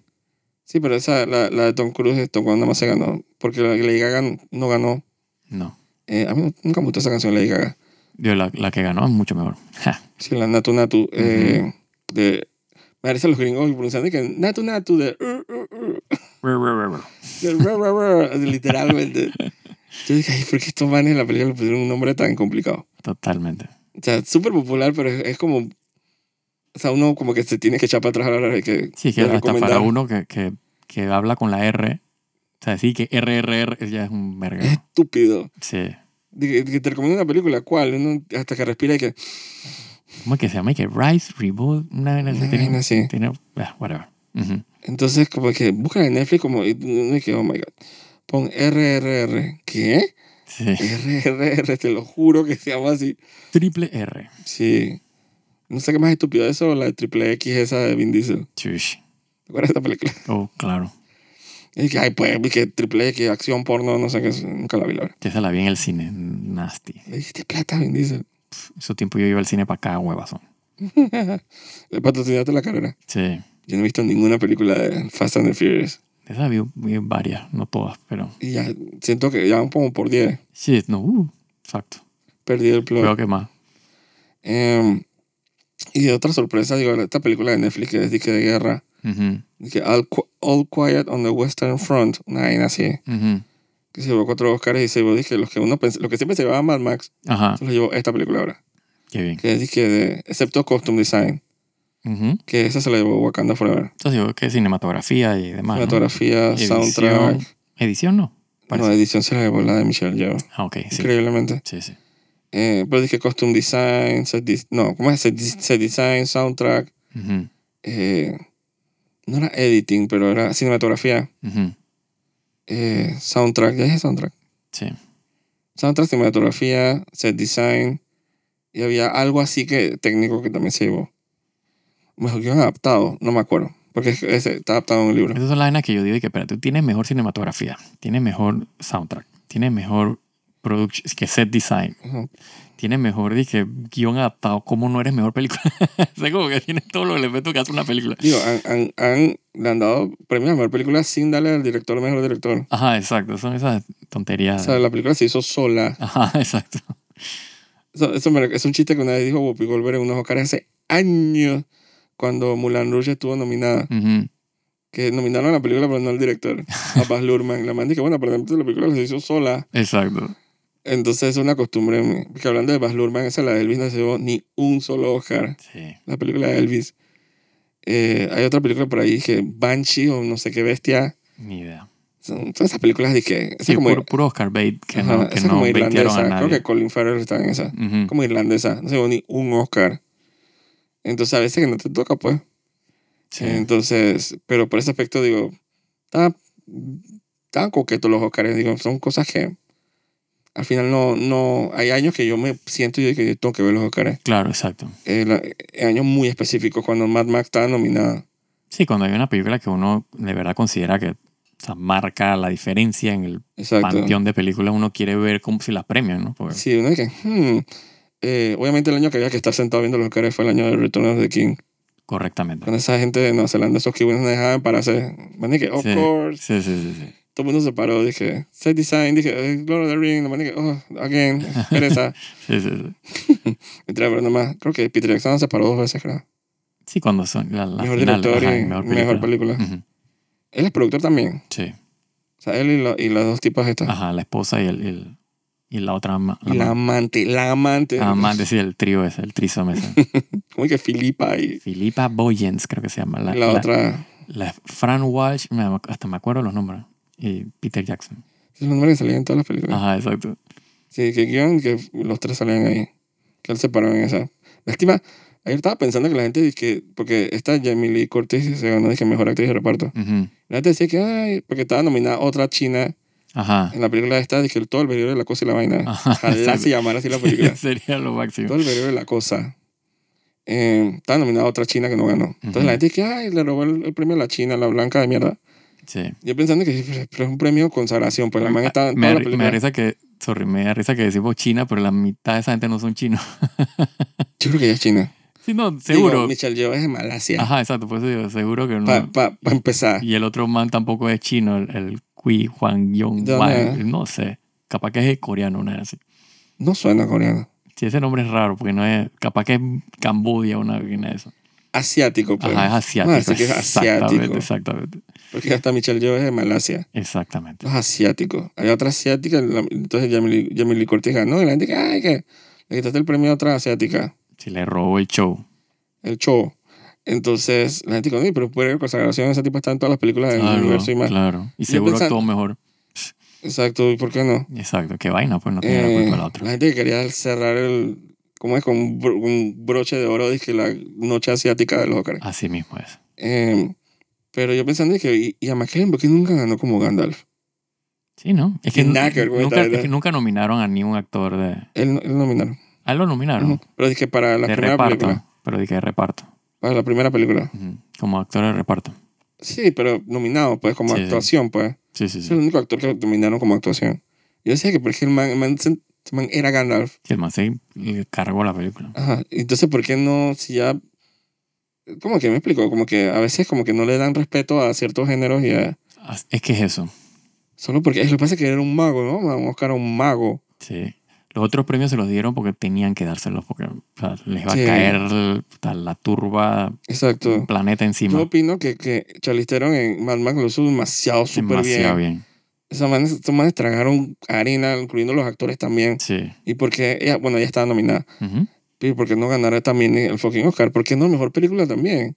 [SPEAKER 1] sí, pero esa, la, la de Tom Cruise, de Tom Cruise nada más se ganó. Porque la Lady Gaga no ganó.
[SPEAKER 2] No.
[SPEAKER 1] Eh, a mí nunca me gustó esa canción, Lady Gaga.
[SPEAKER 2] Yo, la, la que ganó es mucho mejor. Ja.
[SPEAKER 1] Sí, la Natu Natu. eh, de, me parece a los gringos pronunciando que Natu Natu de... uh, uh, uh.
[SPEAKER 2] Ru, ru, ru, ru.
[SPEAKER 1] Del ra, ra, ra, *laughs* literalmente. Yo dije, ay, ¿por qué estos manes en la película le pusieron un nombre tan complicado?
[SPEAKER 2] Totalmente.
[SPEAKER 1] O sea, súper popular, pero es, es como... O sea, uno como que se tiene que echar para atrás a la hora de que...
[SPEAKER 2] Sí, que
[SPEAKER 1] de
[SPEAKER 2] hasta
[SPEAKER 1] recomendar.
[SPEAKER 2] para uno que, que, que habla con la R. O sea, sí que RRR ya es un verga.
[SPEAKER 1] Es estúpido.
[SPEAKER 2] Sí.
[SPEAKER 1] Dije, que te recomiendo una película, ¿cuál? Uno hasta que respira y que...
[SPEAKER 2] ¿Cómo es que se llama? ¿Y Que Rice, Reboot, una vaina así.
[SPEAKER 1] Una
[SPEAKER 2] Tiene,
[SPEAKER 1] vaina así.
[SPEAKER 2] tiene ah, whatever. Ujú.
[SPEAKER 1] Entonces, como que buscan en Netflix como... Y uno dice, oh my God. Pon RRR. ¿Qué?
[SPEAKER 2] Sí.
[SPEAKER 1] RRR, te lo juro que se llama así.
[SPEAKER 2] Triple R.
[SPEAKER 1] Sí. No sé qué más estúpido eso, la de triple X esa de Vin Diesel.
[SPEAKER 2] Chush.
[SPEAKER 1] ¿Te acuerdas de esta película?
[SPEAKER 2] Oh, claro.
[SPEAKER 1] Y que, ay, pues, vi que triple X, acción porno, no sé qué, es, nunca la vi, la verdad.
[SPEAKER 2] Yo esa la vi en el cine. Nasty.
[SPEAKER 1] Le diste plata, Vin Diesel.
[SPEAKER 2] Eso tiempo yo iba al cine para acá, huevazón.
[SPEAKER 1] Le patrocinaste la carrera.
[SPEAKER 2] Sí.
[SPEAKER 1] Yo no he visto ninguna película de Fast and the Furious.
[SPEAKER 2] De Esa vi, vi varias, no todas, pero.
[SPEAKER 1] Y ya siento que ya van como por 10.
[SPEAKER 2] Sí, no. uh, exacto.
[SPEAKER 1] Perdí el plot.
[SPEAKER 2] Creo que más.
[SPEAKER 1] Em, y de otra sorpresa, digo, esta película de Netflix que es de, que de guerra.
[SPEAKER 2] Ujú,
[SPEAKER 1] de que All, Qu- All Quiet on the Western Front. Una vaina así.
[SPEAKER 2] ujú.
[SPEAKER 1] Que se llevó cuatro Oscars y se llevó, dije, los que uno pens- lo que siempre se llevaba Mad Max,
[SPEAKER 2] Ajá,
[SPEAKER 1] se lo llevó esta película ahora.
[SPEAKER 2] qué bien.
[SPEAKER 1] Que es dije, de, excepto Costume Design.
[SPEAKER 2] Ujú.
[SPEAKER 1] Que esa se la llevó Wakanda Forever.
[SPEAKER 2] Entonces digo que cinematografía y demás. ¿no?
[SPEAKER 1] Fotografía,
[SPEAKER 2] Edición.
[SPEAKER 1] soundtrack.
[SPEAKER 2] Edición no. Parece.
[SPEAKER 1] No, eh, edición se la llevó la de Michelle Yeoh.
[SPEAKER 2] Ah, ok, sí.
[SPEAKER 1] Increíblemente.
[SPEAKER 2] Sí, sí.
[SPEAKER 1] Eh, pero dije costume design, set dis- no, ¿cómo es? Set, dis- set design, soundtrack.
[SPEAKER 2] Ujú,
[SPEAKER 1] eh, no era editing, pero era cinematografía.
[SPEAKER 2] ujú.
[SPEAKER 1] eh, soundtrack, ya dije soundtrack.
[SPEAKER 2] Sí.
[SPEAKER 1] Soundtrack, cinematografía, set design. Y había algo así que técnico que también se llevó. Mejor guión adaptado, no me acuerdo. Porque es- ese está adaptado a un libro.
[SPEAKER 2] Esas son las vainas que yo digo y que, espérate, tú tienes mejor cinematografía, tienes mejor soundtrack, tienes mejor production, que set design,
[SPEAKER 1] Ajá.
[SPEAKER 2] tienes mejor dije, guión adaptado, ¿cómo no eres mejor película? *laughs* o sea, como que tienes todos los elementos que hace una película.
[SPEAKER 1] Digo, han, han- han- le han dado premios a mejor película sin darle al director mejor director.
[SPEAKER 2] Ajá, exacto, son esas
[SPEAKER 1] O
[SPEAKER 2] tonterías.
[SPEAKER 1] sea, la película se hizo sola.
[SPEAKER 2] Ajá, *laughs* exacto.
[SPEAKER 1] Eso, eso me- es un chiste que una vez dijo Whoopi Goldberg en unos Oscars hace años, cuando Mulan Rouge estuvo nominada.
[SPEAKER 2] Ujú.
[SPEAKER 1] Que nominaron a la película, pero no al director, a Baz Luhrmann. La man dije, bueno, pero la película se hizo sola.
[SPEAKER 2] Exacto.
[SPEAKER 1] Entonces es una costumbre. en- Porque hablando de Baz Luhrmann, esa la de Elvis no se llevó ni un solo Oscar.
[SPEAKER 2] Sí.
[SPEAKER 1] La película de Elvis. Eh, hay otra película por ahí que Banshee o no sé qué bestia.
[SPEAKER 2] Ni idea.
[SPEAKER 1] Son todas esas películas de que... esa
[SPEAKER 2] Sí,
[SPEAKER 1] como-
[SPEAKER 2] puro, puro Oscar Bait que
[SPEAKER 1] Ajá,
[SPEAKER 2] no, que
[SPEAKER 1] esa
[SPEAKER 2] no
[SPEAKER 1] como
[SPEAKER 2] baitearon a
[SPEAKER 1] irlandesa. Creo
[SPEAKER 2] nadie.
[SPEAKER 1] que Colin Farrell está en esa.
[SPEAKER 2] Ujú.
[SPEAKER 1] como irlandesa, no se llevó ni un Oscar. Entonces a veces que no te toca, pues.
[SPEAKER 2] Sí.
[SPEAKER 1] Entonces, pero por ese aspecto digo, tan, tan coquetos los Oscars, digo, son cosas que al final no, no, hay años que yo me siento y digo que yo tengo que ver los Oscars.
[SPEAKER 2] Claro, exacto.
[SPEAKER 1] Eh, la- eh, años muy específicos cuando Mad Max estaba nominada.
[SPEAKER 2] Sí, cuando hay una película que uno de verdad considera que o sea, marca la diferencia en el
[SPEAKER 1] Exacto.
[SPEAKER 2] panteón de películas, uno quiere ver como si las premian, ¿no? Porque-
[SPEAKER 1] Sí, uno dice, hmm, eh, obviamente el año que había que estar sentado viendo los Oscars fue el año de Return of the King.
[SPEAKER 2] correctamente.
[SPEAKER 1] Cuando esa gente de Nueva Zelanda, esos kiwis no dejaban para hacer. Man, dije, of
[SPEAKER 2] Sí.
[SPEAKER 1] course.
[SPEAKER 2] Sí, sí, sí, sí.
[SPEAKER 1] todo el mundo se paró, dije, set design, dije, eh, Lord of the Ring, la manera que, oh,
[SPEAKER 2] *laughs*
[SPEAKER 1] again, pereza.
[SPEAKER 2] Sí, sí, sí.
[SPEAKER 1] Mentira, pero nada más, creo que Peter Jackson se paró dos veces, creo.
[SPEAKER 2] Sí, cuando son la- la
[SPEAKER 1] mejor
[SPEAKER 2] final,
[SPEAKER 1] director
[SPEAKER 2] ajá, Mm.
[SPEAKER 1] y mejor película.
[SPEAKER 2] Ujú,
[SPEAKER 1] Él es productor también.
[SPEAKER 2] Sí.
[SPEAKER 1] O sea, él y, la- y las dos tipas estas.
[SPEAKER 2] Ajá, la esposa y, el, el- y la otra ama-
[SPEAKER 1] Y la amante, la amante.
[SPEAKER 2] la amante, sí, el trío ese, el trisome ese.
[SPEAKER 1] *laughs* Como que Filipa y
[SPEAKER 2] Filipa Boyens, creo que se llama.
[SPEAKER 1] la,
[SPEAKER 2] La, la-
[SPEAKER 1] otra.
[SPEAKER 2] la Fran Walsh, me am- hasta me acuerdo los nombres, y Peter Jackson.
[SPEAKER 1] Es el nombre que salía en todas las películas.
[SPEAKER 2] Ajá, exacto.
[SPEAKER 1] Sí, que guión, que los tres salían ahí. Que él se paró en esa. Lástima, ayer estaba pensando que la gente, dice que, porque esta Jamie Lee Curtis se ganó, dije, mejor actriz de reparto.
[SPEAKER 2] Ujú.
[SPEAKER 1] La gente decía que, ay, porque estaba nominada otra china
[SPEAKER 2] Ajá.
[SPEAKER 1] En la película esta dije todo el veredero de la cosa y la vaina.
[SPEAKER 2] Ajá,
[SPEAKER 1] Ojalá
[SPEAKER 2] exacto.
[SPEAKER 1] se llamara
[SPEAKER 2] *laughs*
[SPEAKER 1] así la película.
[SPEAKER 2] Sería lo máximo.
[SPEAKER 1] todo el veredero de la cosa. Eh, estaba nominada otra china que no ganó. Entonces
[SPEAKER 2] Ujú.
[SPEAKER 1] la gente dice que ay, le robó el, el premio a la china, la blanca de mierda.
[SPEAKER 2] Sí.
[SPEAKER 1] Yo pensando que pero- pero es un premio consagración,
[SPEAKER 2] Ah,
[SPEAKER 1] pues la man está en toda
[SPEAKER 2] me,
[SPEAKER 1] la
[SPEAKER 2] da- me
[SPEAKER 1] película.
[SPEAKER 2] da risa que, sorry, me da risa que decimos China, pero la mitad de esa gente no son chinos. *laughs*
[SPEAKER 1] Yo creo que ella es china.
[SPEAKER 2] sí, no,
[SPEAKER 1] Digo,
[SPEAKER 2] seguro.
[SPEAKER 1] Michelle Yeoh es de Malasia.
[SPEAKER 2] Ajá, exacto, por eso digo, seguro que no.
[SPEAKER 1] Para empezar.
[SPEAKER 2] Y el otro man tampoco es chino, el, el Kui Juan Yong
[SPEAKER 1] ¿De
[SPEAKER 2] Wan,
[SPEAKER 1] dónde es?
[SPEAKER 2] no sé. Capaz que es coreano, una vez así.
[SPEAKER 1] No suena coreano.
[SPEAKER 2] Sí, ese nombre es raro, porque no es. Capaz que es Cambodia, una vaina de eso.
[SPEAKER 1] Asiático, pues.
[SPEAKER 2] Ajá, es asiático.
[SPEAKER 1] Ah, así que es asiático.
[SPEAKER 2] Exactamente, exactamente.
[SPEAKER 1] Porque hasta Michelle Yeoh es de Malasia.
[SPEAKER 2] Exactamente.
[SPEAKER 1] Los asiáticos. Hay otra asiática. la- entonces Jamie Lee Curtis ganó. Y la gente que, ay, que le quitaste el premio a otra asiática.
[SPEAKER 2] Si le robó el show.
[SPEAKER 1] El show. Entonces la gente dice, "Oye, pero puede haber consagración. Esa tipa está en todas las películas del
[SPEAKER 2] Claro,
[SPEAKER 1] universo y más.
[SPEAKER 2] claro. Y
[SPEAKER 1] Yo
[SPEAKER 2] seguro
[SPEAKER 1] pensaba-
[SPEAKER 2] actuó mejor.
[SPEAKER 1] Exacto. ¿Y por qué no?
[SPEAKER 2] Exacto. Qué vaina, pues no tiene la
[SPEAKER 1] Eh,
[SPEAKER 2] culpa la
[SPEAKER 1] la
[SPEAKER 2] otra.
[SPEAKER 1] gente que quería cerrar el. ¿Cómo es? Con un, bro- un broche de oro. Dije la noche asiática de los Oscars.
[SPEAKER 2] Así mismo es.
[SPEAKER 1] Eh, pero yo pensando que. Y, y a McKellen, ¿por qué nunca ganó como Gandalf?
[SPEAKER 2] Sí, ¿no? Es que,
[SPEAKER 1] Sin nada que ver con
[SPEAKER 2] nunca,
[SPEAKER 1] esta-
[SPEAKER 2] es que nunca nominaron a ni un actor de.
[SPEAKER 1] Él, no- él nominaron.
[SPEAKER 2] Ah, lo nominaron.
[SPEAKER 1] Ujú. Pero dije para la
[SPEAKER 2] de
[SPEAKER 1] primera
[SPEAKER 2] reparto.
[SPEAKER 1] película.
[SPEAKER 2] Pero de que de reparto.
[SPEAKER 1] Para la primera película.
[SPEAKER 2] Ujú. Como actor de reparto.
[SPEAKER 1] Sí, pero nominado, pues, como
[SPEAKER 2] Sí, sí.
[SPEAKER 1] actuación, pues.
[SPEAKER 2] Sí, sí,
[SPEAKER 1] Es
[SPEAKER 2] sí.
[SPEAKER 1] el único actor que nominaron como actuación. Yo decía que porque el man, el man se- el man era Gandalf.
[SPEAKER 2] Sí, el man se le cargó la película.
[SPEAKER 1] Ajá. Entonces, ¿por qué no? Si ya. Como que me explico, como que a veces como que no le dan respeto a ciertos géneros y a.
[SPEAKER 2] Ah, Es que es eso.
[SPEAKER 1] Solo porque. Lo que pasa es que era un mago, ¿no? Vamos a buscar a un mago.
[SPEAKER 2] Sí. Los otros premios se los dieron porque tenían que dárselos, porque o sea, les va
[SPEAKER 1] Sí.
[SPEAKER 2] a caer el- puta, la turba
[SPEAKER 1] Exacto.
[SPEAKER 2] planeta
[SPEAKER 1] Yo
[SPEAKER 2] encima.
[SPEAKER 1] opino que, que Charlize Theron en Mad Max lo hizo demasiado súper
[SPEAKER 2] Demasiado
[SPEAKER 1] bien.
[SPEAKER 2] bien.
[SPEAKER 1] Esos manes, esos manes tragaron harina, incluyendo los actores también.
[SPEAKER 2] Sí.
[SPEAKER 1] Y porque ella, bueno, ella estaba nominada.
[SPEAKER 2] Ujú.
[SPEAKER 1] ¿Y por qué no ganara también el fucking Oscar? ¿Por qué no mejor película también?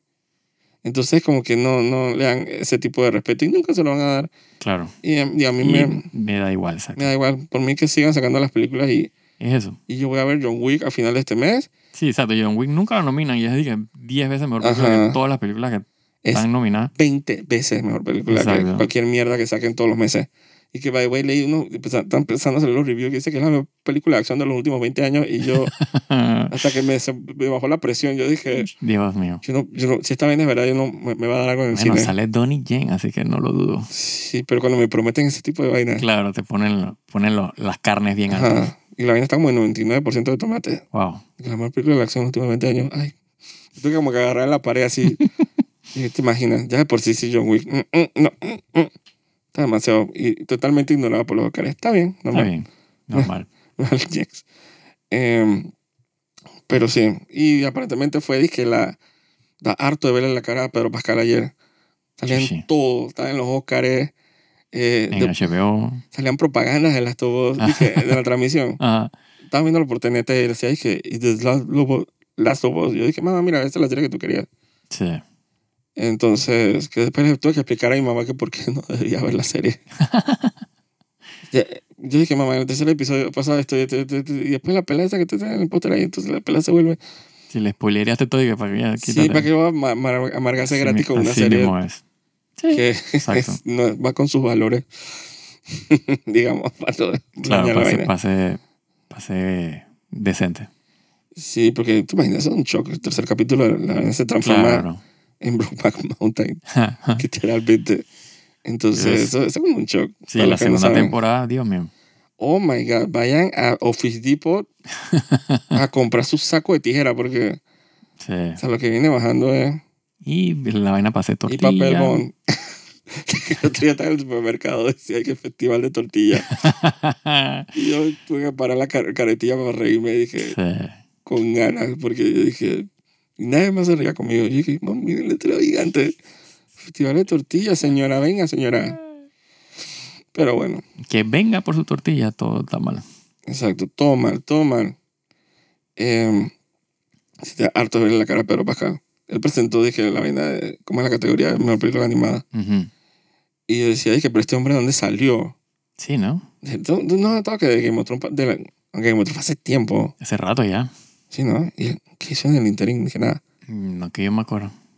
[SPEAKER 1] Entonces, como que no, no le dan ese tipo de respeto y nunca se lo van a dar.
[SPEAKER 2] Claro.
[SPEAKER 1] Y, a- y a mí
[SPEAKER 2] Y
[SPEAKER 1] me,
[SPEAKER 2] me, da igual,
[SPEAKER 1] me
[SPEAKER 2] exacto.
[SPEAKER 1] da igual. Por mí que sigan sacando las películas y,
[SPEAKER 2] Es eso.
[SPEAKER 1] y yo voy a ver John Wick a final de este mes.
[SPEAKER 2] Sí, exacto. John Wick nunca lo nominan y es dije 10 veces mejor
[SPEAKER 1] Ajá.
[SPEAKER 2] película que todas las películas que
[SPEAKER 1] Es
[SPEAKER 2] están nominadas.
[SPEAKER 1] 20 veces mejor película que
[SPEAKER 2] Exacto.
[SPEAKER 1] cualquier mierda que saquen todos los meses. Y que, by the way, leí uno, pues, están empezando a hacer los reviews que dice que es la mejor película de acción de los últimos 20 años y
[SPEAKER 2] *laughs*
[SPEAKER 1] yo, hasta que me, se- me bajó la presión, yo dije,
[SPEAKER 2] Ah, Dios mío.
[SPEAKER 1] yo no, yo no- si esta vaina es verdad, yo no, me, me va a dar algo en el
[SPEAKER 2] Bueno,
[SPEAKER 1] cine.
[SPEAKER 2] sale Donnie Yen, así que no lo dudo.
[SPEAKER 1] Sí, pero cuando me prometen ese tipo de vaina.
[SPEAKER 2] Claro, te ponen, ponen lo- las carnes bien
[SPEAKER 1] Ajá.
[SPEAKER 2] altas.
[SPEAKER 1] Y la vaina está como en 99% de tomate.
[SPEAKER 2] Wow.
[SPEAKER 1] La mejor película de la acción de los últimos 20 años. Ay, yo tengo como que agarrar la pared
[SPEAKER 2] *laughs*
[SPEAKER 1] así. y te imaginas, ya de por sí, sí, John Wick. Mm, mm, no, mm, mm. Está demasiado. Y totalmente ignorado por los Oscars. Está bien, *laughs*
[SPEAKER 2] Está
[SPEAKER 1] normal.
[SPEAKER 2] bien. Normal.
[SPEAKER 1] Mal Jackson. Em, pero sí. Y aparentemente fue, dije, la. Da harto de verle la cara a Pedro Pascal ayer. Salía en
[SPEAKER 2] Sí, sí.
[SPEAKER 1] todo, estaba en los Oscars. Eh,
[SPEAKER 2] En
[SPEAKER 1] de-
[SPEAKER 2] HBO.
[SPEAKER 1] salían propagandas de las tobos
[SPEAKER 2] Ah.
[SPEAKER 1] de la transmisión.
[SPEAKER 2] Ajá.
[SPEAKER 1] Estaba viendo por TNT y decía, dije, y The Last, Lobo- Last of Us. Yo dije, mamá, mira, esta es la serie que tú querías.
[SPEAKER 2] Sí.
[SPEAKER 1] Entonces, que después le tuve que explicar a mi mamá que por qué *laughs* no debía ver la
[SPEAKER 2] *laughs*
[SPEAKER 1] serie. Ya, Yo dije, mamá, en el tercer episodio pasa esto, y, esto, y esto, y esto, y después la pelea esa que te traen en el póster ahí, entonces la pelea se vuelve.
[SPEAKER 2] Si le spoilereaste todo y que para que ya
[SPEAKER 1] Sí, ¿para qué va a ma- ma- amargarse gratis con una serie que
[SPEAKER 2] exacto.
[SPEAKER 1] es- no, va con sus valores? *laughs* Digamos, para todo.
[SPEAKER 2] Claro,
[SPEAKER 1] dañar *laughs* la vaina.
[SPEAKER 2] pase, pase, pase decente.
[SPEAKER 1] Sí, porque tú imaginas, es un shock. El tercer capítulo la vaina se transforma
[SPEAKER 2] Claro.
[SPEAKER 1] en Brokeback
[SPEAKER 2] *laughs*
[SPEAKER 1] Mountain, literalmente. Entonces,
[SPEAKER 2] Yes.
[SPEAKER 1] eso, eso es como un shock.
[SPEAKER 2] *laughs* sí,
[SPEAKER 1] para
[SPEAKER 2] la
[SPEAKER 1] los que no
[SPEAKER 2] segunda
[SPEAKER 1] saben.
[SPEAKER 2] temporada, Dios mío.
[SPEAKER 1] Oh my God, vayan a Office
[SPEAKER 2] *laughs*
[SPEAKER 1] Depot a comprar su saco de tijera, porque
[SPEAKER 2] Sí.
[SPEAKER 1] o sea, lo que viene bajando es.
[SPEAKER 2] Y la vaina pasé
[SPEAKER 1] Y
[SPEAKER 2] tortilla.
[SPEAKER 1] papel bond. *laughs* El otro día estaba en el supermercado, decía que festival de
[SPEAKER 2] *laughs*
[SPEAKER 1] tortilla. Y yo tuve que parar la car- caretilla para reírme, dije,
[SPEAKER 2] sí.
[SPEAKER 1] con ganas, porque yo dije, y nadie más se reía conmigo. Yo dije, "Mom, miren el letrero gigante. Festival de tortilla, señora, venga, señora. Pero bueno,
[SPEAKER 2] Que venga por su tortilla, todo está mal.
[SPEAKER 1] exacto, todo mal, todo mal. Eh, si te harto de verle la cara a Pedro Pascal. Él presentó, dije, la vaina de, ¿cómo es la categoría de mejor película animada?
[SPEAKER 2] Ujú.
[SPEAKER 1] Y yo decía, dije, pero este hombre, ¿de dónde salió?
[SPEAKER 2] Sí, ¿no?
[SPEAKER 1] Dije, ¿Tú, tú no has notado que de Game of Thrones, pa- de la, aunque Game of Thrones fue hace tiempo,
[SPEAKER 2] Hace rato ya.
[SPEAKER 1] ¿sí, no? Y yo, ¿qué hizo en el interín? Dije, nada.
[SPEAKER 2] No que Mm, yo me acuerdo.
[SPEAKER 1] O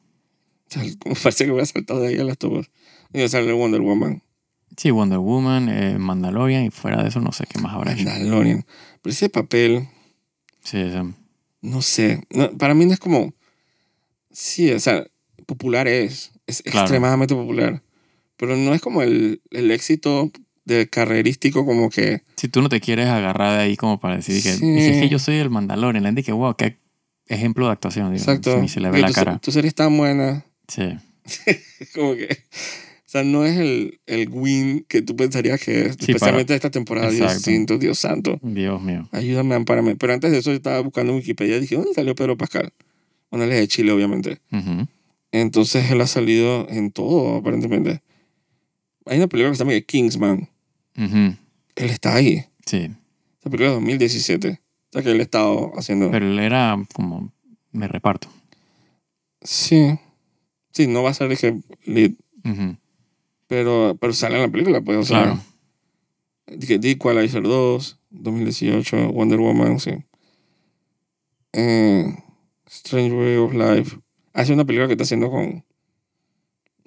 [SPEAKER 1] *laughs* sea, como parece que hubiera saltado de ahí a las tobas. Y yo sale Wonder Woman.
[SPEAKER 2] Sí, Wonder Woman, eh, Mandalorian y fuera de eso no sé qué más habrá hecho.
[SPEAKER 1] Mandalorian. Pero ese papel,
[SPEAKER 2] Sí, sí.
[SPEAKER 1] no sé. no, para mí no es como. Sí, o sea, popular es. Es
[SPEAKER 2] Claro.
[SPEAKER 1] extremadamente popular. Pero no es como el, el éxito de carrerístico como que...
[SPEAKER 2] Si tú no te quieres agarrar de ahí como para decir que,
[SPEAKER 1] Sí.
[SPEAKER 2] dices que yo soy el Mandalorian, la gente que, wow, qué ejemplo de actuación. digo,
[SPEAKER 1] Exacto.
[SPEAKER 2] ni se le ve
[SPEAKER 1] Que
[SPEAKER 2] la
[SPEAKER 1] tu,
[SPEAKER 2] cara.
[SPEAKER 1] tu serie es tan *laughs* buena.
[SPEAKER 2] Sí.
[SPEAKER 1] Como que... O sea, no es el, el win que tú pensarías que es,
[SPEAKER 2] Sí,
[SPEAKER 1] especialmente esta temporada. Dios
[SPEAKER 2] Exacto.
[SPEAKER 1] santo, Dios santo.
[SPEAKER 2] Dios mío.
[SPEAKER 1] Ayúdame, ampárame. Pero antes de eso yo estaba buscando en Wikipedia y dije, ¿dónde salió Pedro Pascal? Bueno, él es de Chile, obviamente.
[SPEAKER 2] Ujú.
[SPEAKER 1] Entonces él ha salido en todo, aparentemente. Hay una película que se llama Kingsman.
[SPEAKER 2] Ujú.
[SPEAKER 1] Él está ahí.
[SPEAKER 2] Sí.
[SPEAKER 1] Esa película es 2017. O sea que él ha estado haciendo...
[SPEAKER 2] Pero él era como, me reparto.
[SPEAKER 1] Sí. Sí, no va a ser dije, lead,
[SPEAKER 2] Ujú.
[SPEAKER 1] pero, pero sale en la película, pues. O sea,
[SPEAKER 2] Claro.
[SPEAKER 1] Dije, The Equalizer 2, 2018, Wonder Woman, sí. Eh, Strange Way of Life. Hace una película que está haciendo con.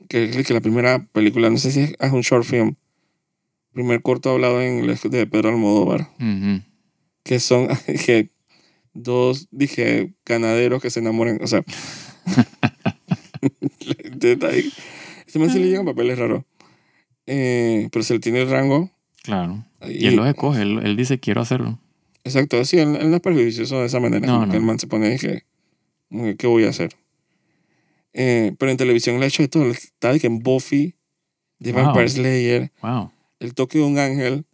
[SPEAKER 1] Que es que la primera película, no sé si es, es un short film. Primer corto hablado en inglés de Pedro Almodóvar.
[SPEAKER 2] Ujú.
[SPEAKER 1] Que son *laughs* que dos, dije, ganaderos que se enamoran. O sea. *laughs* la gente está ahí. Este man sí le llegan papeles raros. Eh, pero se le tiene el rango.
[SPEAKER 2] Claro. Y, él los escoge, él, él dice quiero hacerlo.
[SPEAKER 1] Exacto, sí, él, él no es perjudicioso de esa manera.
[SPEAKER 2] No,
[SPEAKER 1] como que
[SPEAKER 2] no.
[SPEAKER 1] el man se pone y que, como que, ¿qué voy a hacer? Eh, pero en televisión le ha hecho de todo. Está de que en Buffy, de
[SPEAKER 2] Wow.
[SPEAKER 1] Vampire Slayer,
[SPEAKER 2] Wow.
[SPEAKER 1] El Toque de un Ángel,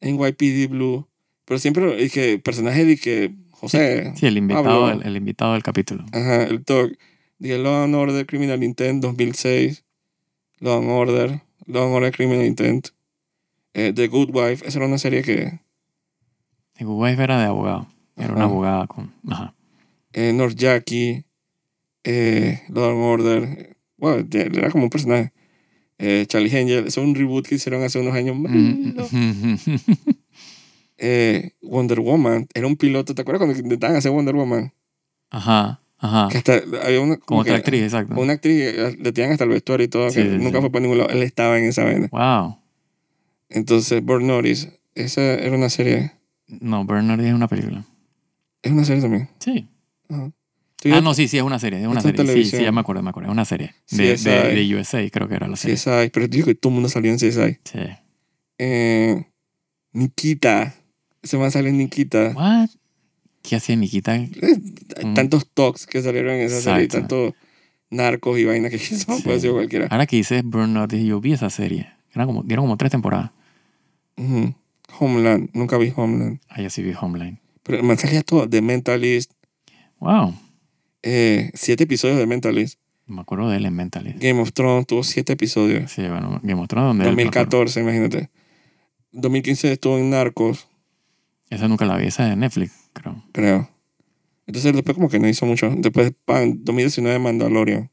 [SPEAKER 1] NYPD Blue. Pero siempre y que personaje de que José,
[SPEAKER 2] Sí, el invitado,
[SPEAKER 1] Pablo.
[SPEAKER 2] el, el invitado del capítulo.
[SPEAKER 1] ajá, el Toque, de Law and Order Criminal Intent 2006, Law and Order, Law and Order Criminal Intent, eh, The Good Wife. Esa era una serie que.
[SPEAKER 2] Digo, Wife era de abogado. Era una
[SPEAKER 1] Ajá.
[SPEAKER 2] abogada con... Ajá.
[SPEAKER 1] eh, North Jackie, eh, Law and Order. Bueno, de- era como un personaje. Eh, Charlie Angel, es un reboot que hicieron hace unos años.
[SPEAKER 2] Mm.
[SPEAKER 1] malo. Mm. Eh, Wonder Woman, era un piloto. ¿Te acuerdas cuando intentaban hacer Wonder Woman?
[SPEAKER 2] *laughs* Ajá, ajá.
[SPEAKER 1] Que hasta había una.
[SPEAKER 2] Con
[SPEAKER 1] como
[SPEAKER 2] Ah. otra
[SPEAKER 1] que-
[SPEAKER 2] actriz, exacto.
[SPEAKER 1] Una actriz eh, le tenían hasta el vestuario y todo,
[SPEAKER 2] Sí,
[SPEAKER 1] que
[SPEAKER 2] sí,
[SPEAKER 1] nunca
[SPEAKER 2] sí.
[SPEAKER 1] fue para ningún lado. Él estaba en esa vaina.
[SPEAKER 2] Wow.
[SPEAKER 1] Entonces, Born Notice, esa era una serie.
[SPEAKER 2] No, Bernard es una película.
[SPEAKER 1] Es una serie también.
[SPEAKER 2] Sí.
[SPEAKER 1] Ajá.
[SPEAKER 2] Ah, no, sí, sí, es una serie. Es una
[SPEAKER 1] Está en
[SPEAKER 2] serie. Sí,
[SPEAKER 1] televisión.
[SPEAKER 2] sí, ya me acuerdo, me acuerdo. Es una serie.
[SPEAKER 1] Sí,
[SPEAKER 2] De,
[SPEAKER 1] esa
[SPEAKER 2] de,
[SPEAKER 1] es.
[SPEAKER 2] de USA, creo que era la serie.
[SPEAKER 1] CSI, pero digo que todo el mundo salió en CSI.
[SPEAKER 2] Sí.
[SPEAKER 1] Eh, Nikita. Ese man sale en Nikita.
[SPEAKER 2] What? ¿Qué hacía Nikita?
[SPEAKER 1] Eh, hay
[SPEAKER 2] Mm.
[SPEAKER 1] Tantos talks que salieron en esa serie.
[SPEAKER 2] Exacto.
[SPEAKER 1] Tantos narcos y vainas que *laughs* eso
[SPEAKER 2] Sí. Ah.
[SPEAKER 1] puede ser cualquiera.
[SPEAKER 2] Ahora que dices Bernard, dije, yo vi esa serie. Era como, dieron como tres temporadas.
[SPEAKER 1] Ujú. Homeland. Nunca vi Homeland.
[SPEAKER 2] Ah, yo sí vi Homeland.
[SPEAKER 1] Pero me salía todo. The Mentalist.
[SPEAKER 2] Wow.
[SPEAKER 1] eh, siete episodios de Mentalist.
[SPEAKER 2] Me acuerdo de él en Mentalist.
[SPEAKER 1] Game of Thrones tuvo siete episodios.
[SPEAKER 2] Sí, bueno, Game of Thrones, donde él-
[SPEAKER 1] 2014, imagínate. 2015 estuvo en Narcos,
[SPEAKER 2] Esa nunca la vi, esa es de Netflix, creo.
[SPEAKER 1] creo. Entonces después como que no hizo mucho. Después, pan, 2019 Mandalorian.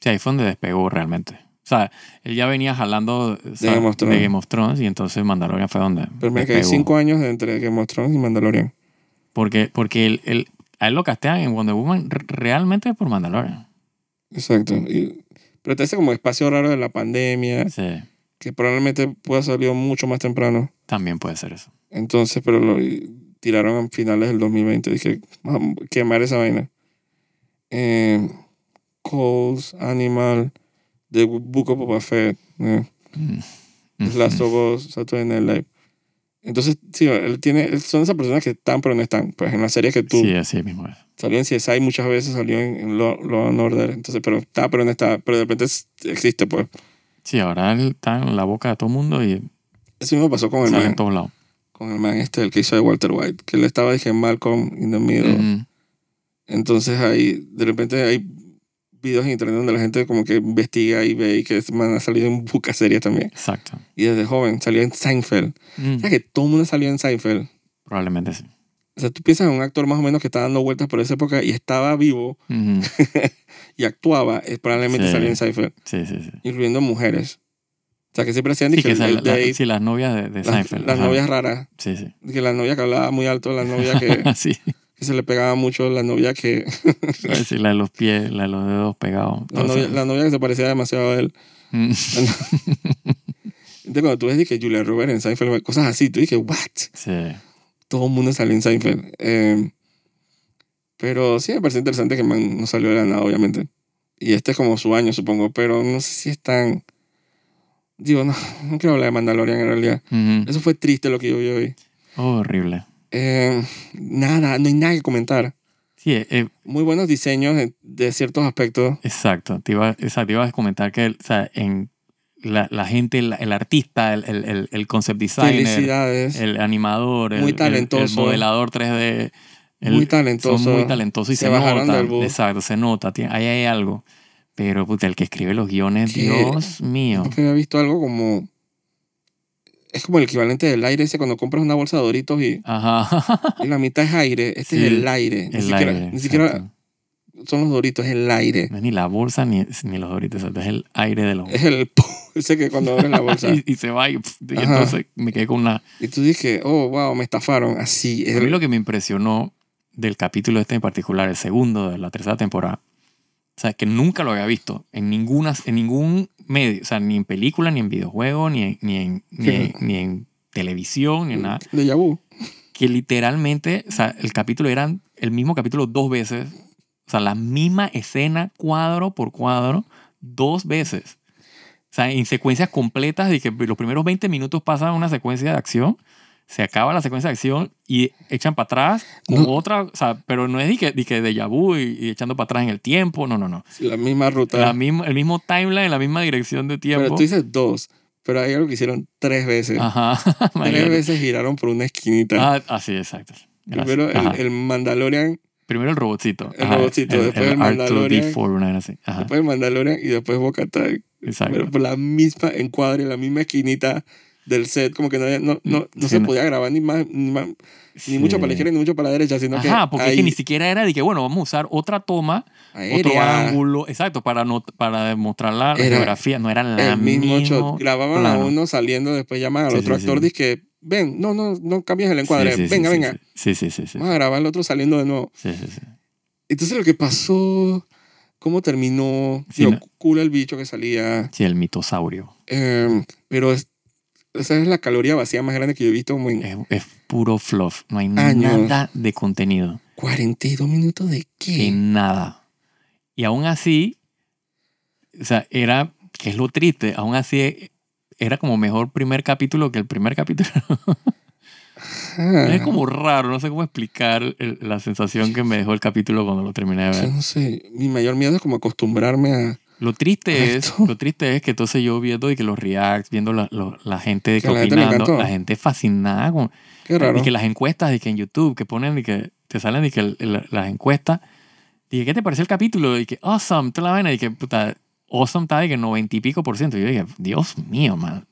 [SPEAKER 2] Sí, ahí fue donde despegó realmente. O sea, él ya venía jalando o sea,
[SPEAKER 1] Game of Thrones.
[SPEAKER 2] de Game of Thrones y entonces Mandalorian fue donde
[SPEAKER 1] Pero me que hay
[SPEAKER 2] despegó.
[SPEAKER 1] cinco años entre Game of Thrones y Mandalorian.
[SPEAKER 2] Porque, porque él, él- a él lo castean en Wonder Woman re- realmente por Mandalorian.
[SPEAKER 1] Exacto. Y- pero te hace como espacio raro de la pandemia,
[SPEAKER 2] Sí,
[SPEAKER 1] que probablemente pueda haber salido mucho más temprano.
[SPEAKER 2] también puede ser eso.
[SPEAKER 1] Entonces, pero lo y tiraron a finales del 2020. Dije, vamos a quemar esa vaina. Eh, Calls, Animal, The Book of Boba Fett, eh,
[SPEAKER 2] Mm.
[SPEAKER 1] The Last of Us, Saturday Night Live. Entonces, sí, él tiene, él- son esas personas que están pero no están. Pues en las series que tú
[SPEAKER 2] Sí, así mismo es.
[SPEAKER 1] salió en CSI muchas veces, salió en, en Law, Law and Order. Entonces, pero está pero no está. Pero de repente es- existe, pues.
[SPEAKER 2] Sí, ahora él está en la boca de todo el mundo y
[SPEAKER 1] Eso mismo pasó con el
[SPEAKER 2] sale en
[SPEAKER 1] man,
[SPEAKER 2] todos lados.
[SPEAKER 1] con el man este, el que hizo de Walter White, que le estaba, dije, Malcolm in the Middle.
[SPEAKER 2] Ujú.
[SPEAKER 1] Entonces ahí, de repente hay videos en internet donde la gente como que investiga y ve y que ese man ha salido en bucas series también.
[SPEAKER 2] Exacto.
[SPEAKER 1] Y desde joven salió en Seinfeld.
[SPEAKER 2] Mm.
[SPEAKER 1] O sea que todo el mundo salió en Seinfeld.
[SPEAKER 2] Probablemente sí.
[SPEAKER 1] O sea, tú piensas en un actor más o menos que está dando vueltas por esa época y estaba vivo
[SPEAKER 2] Ujú.
[SPEAKER 1] y actuaba, eh, probablemente
[SPEAKER 2] Sí.
[SPEAKER 1] salió en Seinfeld,
[SPEAKER 2] Sí, sí, sí.
[SPEAKER 1] incluyendo mujeres. O sea, que siempre hacían
[SPEAKER 2] Sí,
[SPEAKER 1] dije,
[SPEAKER 2] que
[SPEAKER 1] el,
[SPEAKER 2] esa-
[SPEAKER 1] el
[SPEAKER 2] la-
[SPEAKER 1] date,
[SPEAKER 2] sí, las novias de, de
[SPEAKER 1] las,
[SPEAKER 2] Seinfeld.
[SPEAKER 1] las
[SPEAKER 2] ajá.
[SPEAKER 1] novias raras,
[SPEAKER 2] Sí, sí.
[SPEAKER 1] que la novia que hablaba muy alto, la novia que,
[SPEAKER 2] *laughs* sí.
[SPEAKER 1] que se le pegaba mucho, la novia que
[SPEAKER 2] *laughs* Sí, la de los pies, la de los dedos pegados.
[SPEAKER 1] la
[SPEAKER 2] todo
[SPEAKER 1] novia,
[SPEAKER 2] eso.
[SPEAKER 1] la novia que se parecía demasiado a él.
[SPEAKER 2] Mm.
[SPEAKER 1] Entonces, cuando tú ves de que Julia Roberts en Seinfeld, cosas así, tú dices, ¿what?
[SPEAKER 2] *laughs* Sí.
[SPEAKER 1] Todo el mundo salió en Seinfeld. Eh, pero sí me parece interesante que man, no salió de la nada, obviamente. Y este es como su año, supongo, pero no sé si es tan. digo, no, *laughs* no quiero hablar de Mandalorian en realidad.
[SPEAKER 2] Ujú.
[SPEAKER 1] Eso fue triste lo que yo vi hoy.
[SPEAKER 2] horrible.
[SPEAKER 1] Eh, nada, no hay nada que comentar.
[SPEAKER 2] Sí, eh, eh,
[SPEAKER 1] Muy buenos diseños de- de ciertos aspectos.
[SPEAKER 2] exacto. Te iba, o sea, te iba a comentar que o sea, en la, la gente, el, el artista, el, el, el- el concept designer,
[SPEAKER 1] Felicidades.
[SPEAKER 2] el animador, el-
[SPEAKER 1] Muy
[SPEAKER 2] el, El,
[SPEAKER 1] talentoso.
[SPEAKER 2] modelador 3D. el-
[SPEAKER 1] muy talentoso.
[SPEAKER 2] Son muy talentosos y
[SPEAKER 1] Se
[SPEAKER 2] se,
[SPEAKER 1] bajaron
[SPEAKER 2] nota.
[SPEAKER 1] del bus.
[SPEAKER 2] Exacto, se nota. Tiene- ahí hay algo. Pero puta, el que escribe los guiones,
[SPEAKER 1] ¿Qué? *laughs*
[SPEAKER 2] Dios mío.
[SPEAKER 1] Porque había visto algo como... Es como el equivalente del aire ese cuando compras una bolsa de Doritos y,
[SPEAKER 2] Ajá. *laughs*
[SPEAKER 1] y la mitad es aire. Este
[SPEAKER 2] Sí,
[SPEAKER 1] es el aire. Ni,
[SPEAKER 2] El
[SPEAKER 1] siquiera,
[SPEAKER 2] aire,
[SPEAKER 1] ni siquiera
[SPEAKER 2] exacto.
[SPEAKER 1] son los Doritos, es el aire.
[SPEAKER 2] No es ni la bolsa ni, ni los doritos, exacto, es el aire de los.
[SPEAKER 1] Es el... po- *laughs* ese que cuando abres la bolsa.
[SPEAKER 2] *laughs* y, y se va y, pf, y
[SPEAKER 1] Ajá.
[SPEAKER 2] entonces me quedé con una.
[SPEAKER 1] y tú dije, oh, wow, me estafaron. Así. es
[SPEAKER 2] A mí
[SPEAKER 1] el-
[SPEAKER 2] lo que me impresionó del capítulo este en particular, el segundo de la tercera temporada, o sea, que nunca lo había visto en ninguna, en ningún medio, o sea, ni en película, ni en videojuego, ni en, ni en, ni
[SPEAKER 1] Sí. Mm.
[SPEAKER 2] en- ni en televisión, ni en nada.
[SPEAKER 1] De Yabu.
[SPEAKER 2] que literalmente, o sea, el capítulo eran el mismo capítulo dos veces, o sea, la misma escena cuadro por cuadro, dos veces. O sea, en secuencias completas de que los primeros 20 minutos pasan una secuencia de acción, se acaba la secuencia de acción y echan para atrás con
[SPEAKER 1] No.
[SPEAKER 2] otra, o sea, pero no es de que, de que déjà vu y, y echando para atrás en el tiempo, no, no, no.
[SPEAKER 1] La misma ruta.
[SPEAKER 2] La misma, el mismo timeline, la misma dirección de
[SPEAKER 1] pero
[SPEAKER 2] tiempo.
[SPEAKER 1] tú dices dos. Pero hay algo que hicieron tres veces.
[SPEAKER 2] Ajá, *laughs*
[SPEAKER 1] tres
[SPEAKER 2] Ah, imagínate.
[SPEAKER 1] veces giraron por una esquinita.
[SPEAKER 2] Ah, así, exacto. Gracias.
[SPEAKER 1] Primero el-
[SPEAKER 2] Ajá.
[SPEAKER 1] el Mandalorian
[SPEAKER 2] Primero el robotcito.
[SPEAKER 1] El robotcito, después el Mandalorian.
[SPEAKER 2] R2D4, una vaina así. Ajá,
[SPEAKER 1] Después el Mandalorian y después Boca
[SPEAKER 2] exacto.
[SPEAKER 1] Pero por la misma encuadre, la misma esquinita del set, como que no, había- no, no, no
[SPEAKER 2] Sí,
[SPEAKER 1] se
[SPEAKER 2] no.
[SPEAKER 1] podía grabar ni, más, ni, más- ni
[SPEAKER 2] Sí.
[SPEAKER 1] mucho para la izquierda ni mucho para la derecha, sino
[SPEAKER 2] Ajá,
[SPEAKER 1] que
[SPEAKER 2] porque es
[SPEAKER 1] ahí,
[SPEAKER 2] que ni siquiera era de que, bueno, vamos a usar otra toma, otro
[SPEAKER 1] aérea,
[SPEAKER 2] ángulo, exacto, para, no, para demostrar la, la
[SPEAKER 1] Era
[SPEAKER 2] geografía. No era la
[SPEAKER 1] el mismo
[SPEAKER 2] misma.
[SPEAKER 1] shot. Grababan a
[SPEAKER 2] plano.
[SPEAKER 1] uno saliendo, después llamaban al
[SPEAKER 2] Sí,
[SPEAKER 1] otro
[SPEAKER 2] sí,
[SPEAKER 1] actor,
[SPEAKER 2] sí.
[SPEAKER 1] dice, ven, no, no, no cambies el encuadre,
[SPEAKER 2] Sí, sí, sí,
[SPEAKER 1] venga,
[SPEAKER 2] sí,
[SPEAKER 1] venga,
[SPEAKER 2] Sí, sí, sí, sí.
[SPEAKER 1] vamos a grabar al otro saliendo de nuevo.
[SPEAKER 2] Sí, sí, sí.
[SPEAKER 1] Entonces lo que pasó, cómo terminó,
[SPEAKER 2] Sí,
[SPEAKER 1] digo,
[SPEAKER 2] no.
[SPEAKER 1] cool el bicho que salía,
[SPEAKER 2] Sí, el mitosaurio.
[SPEAKER 1] eh, pero es- esa es la caloría vacía más grande que yo he visto como en
[SPEAKER 2] Es, es puro fluff. No hay
[SPEAKER 1] Años.
[SPEAKER 2] nada de contenido.
[SPEAKER 1] 42 minutos de
[SPEAKER 2] que
[SPEAKER 1] qué?
[SPEAKER 2] nada. Y aún así, o sea, era, que es lo triste, aún así eh, era como mejor primer capítulo que el primer capítulo. *laughs*
[SPEAKER 1] Ajá. Ah,
[SPEAKER 2] Es como raro, no sé cómo explicar el- la sensación que me dejó el capítulo cuando lo terminé de
[SPEAKER 1] Yo
[SPEAKER 2] ver.
[SPEAKER 1] no sé, mi mayor miedo es como acostumbrarme a
[SPEAKER 2] Lo triste es,
[SPEAKER 1] Correcto.
[SPEAKER 2] lo triste es que entonces yo viendo y que los reacts, viendo la, lo- la gente
[SPEAKER 1] Que
[SPEAKER 2] que
[SPEAKER 1] a la gente le
[SPEAKER 2] opinando,
[SPEAKER 1] encantó.
[SPEAKER 2] la gente fascinada con,
[SPEAKER 1] qué raro.
[SPEAKER 2] Y que las encuestas de que en YouTube que ponen y que te salen y que el- el- las encuestas. Dije, ¿qué te pareció el capítulo? Y que, awesome, toda la vaina. Y que, puta, awesome está de que noventa y pico por ciento. Y yo dije, Dios mío, man.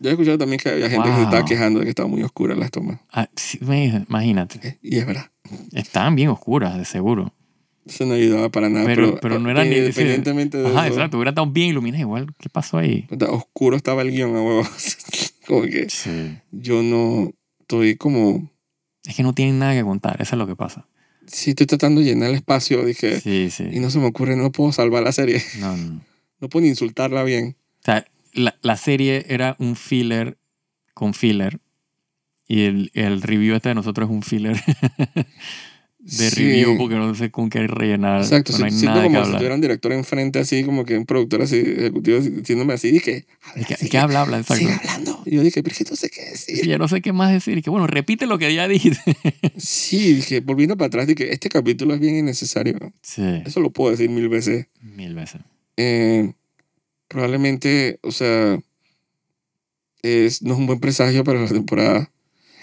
[SPEAKER 1] Yo he escuchado también que había gente que se
[SPEAKER 2] Wow.
[SPEAKER 1] estaba quejando de que estaban muy oscuras las tomas.
[SPEAKER 2] Ah, sí, me- imagínate.
[SPEAKER 1] Eh, Y es verdad.
[SPEAKER 2] Estaban bien oscuras, de seguro.
[SPEAKER 1] Eso no ayudaba para nada.
[SPEAKER 2] Pero-
[SPEAKER 1] Pero,
[SPEAKER 2] pero no era ni-
[SPEAKER 1] Independientemente de
[SPEAKER 2] Ajá,
[SPEAKER 1] eso.
[SPEAKER 2] exacto. Hubieran estado bien iluminadas igual. ¿Qué pasó ahí?
[SPEAKER 1] o sea, Oscuro estaba el guión a huevos. *laughs* como que
[SPEAKER 2] Sí.
[SPEAKER 1] yo no estoy como...
[SPEAKER 2] Es que no tienen nada que contar. Eso es lo que pasa.
[SPEAKER 1] Sí, estoy tratando de llenar el espacio, dije.
[SPEAKER 2] Sí,
[SPEAKER 1] Y
[SPEAKER 2] sí.
[SPEAKER 1] no se me ocurre, no puedo salvar la serie. *laughs*
[SPEAKER 2] No, no, no.
[SPEAKER 1] No puedo ni insultarla bien.
[SPEAKER 2] O sea, la, la serie era un filler con filler. Y el, el review este de nosotros es un filler *laughs* de
[SPEAKER 1] Sí.
[SPEAKER 2] review porque no sé con qué rellenar.
[SPEAKER 1] Exacto,
[SPEAKER 2] no
[SPEAKER 1] si-
[SPEAKER 2] hay
[SPEAKER 1] siento
[SPEAKER 2] nada que
[SPEAKER 1] como si tuviera
[SPEAKER 2] hablar.
[SPEAKER 1] un director enfrente, así como que un productor así, ejecutivo, así, diciéndome así, dije,
[SPEAKER 2] Y
[SPEAKER 1] habla,
[SPEAKER 2] que, y
[SPEAKER 1] sigue,
[SPEAKER 2] que habla, habla, exacto.
[SPEAKER 1] sigue hablando. Y yo dije, pero es que no sé qué
[SPEAKER 2] Sí, *laughs*
[SPEAKER 1] decir.
[SPEAKER 2] ya no sé qué más decir. Y que bueno, repite lo que ya dijiste. *laughs*
[SPEAKER 1] Sí, dije, volviendo para atrás, dije, este capítulo es bien innecesario.
[SPEAKER 2] Sí,
[SPEAKER 1] Eso lo puedo decir mil veces.
[SPEAKER 2] mil veces.
[SPEAKER 1] Eh, probablemente, o sea, es, no es un buen presagio para la temporada.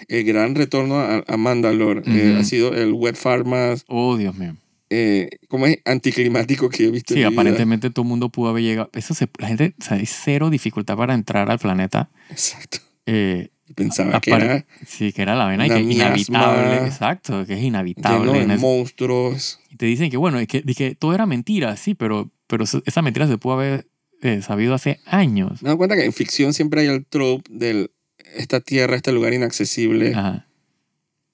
[SPEAKER 1] El gran retorno a, a Mandalore eh,
[SPEAKER 2] Ujú.
[SPEAKER 1] ha sido el wet farm más,
[SPEAKER 2] Oh, Dios mío. eh,
[SPEAKER 1] eh, como es anticlimático que he visto.
[SPEAKER 2] Sí,
[SPEAKER 1] en mi vida.
[SPEAKER 2] aparentemente todo el mundo pudo haber llegado. Eso se, la gente, o sea, hay cero dificultad para entrar al planeta.
[SPEAKER 1] Exacto.
[SPEAKER 2] Eh,
[SPEAKER 1] Pensaba que
[SPEAKER 2] Apare-
[SPEAKER 1] era
[SPEAKER 2] sí, que era la vena y
[SPEAKER 1] Una
[SPEAKER 2] que inhabitable.
[SPEAKER 1] miasma
[SPEAKER 2] Exacto, que es
[SPEAKER 1] lleno
[SPEAKER 2] inhabitable.
[SPEAKER 1] de
[SPEAKER 2] en ese-
[SPEAKER 1] monstruos.
[SPEAKER 2] Y te dicen que, bueno, es que, de que todo era mentira, sí, pero, pero eso- esa mentira se pudo haber eh, sabido hace años.
[SPEAKER 1] Me doy cuenta que en ficción siempre hay el trope del esta tierra, este lugar inaccesible,
[SPEAKER 2] Ajá.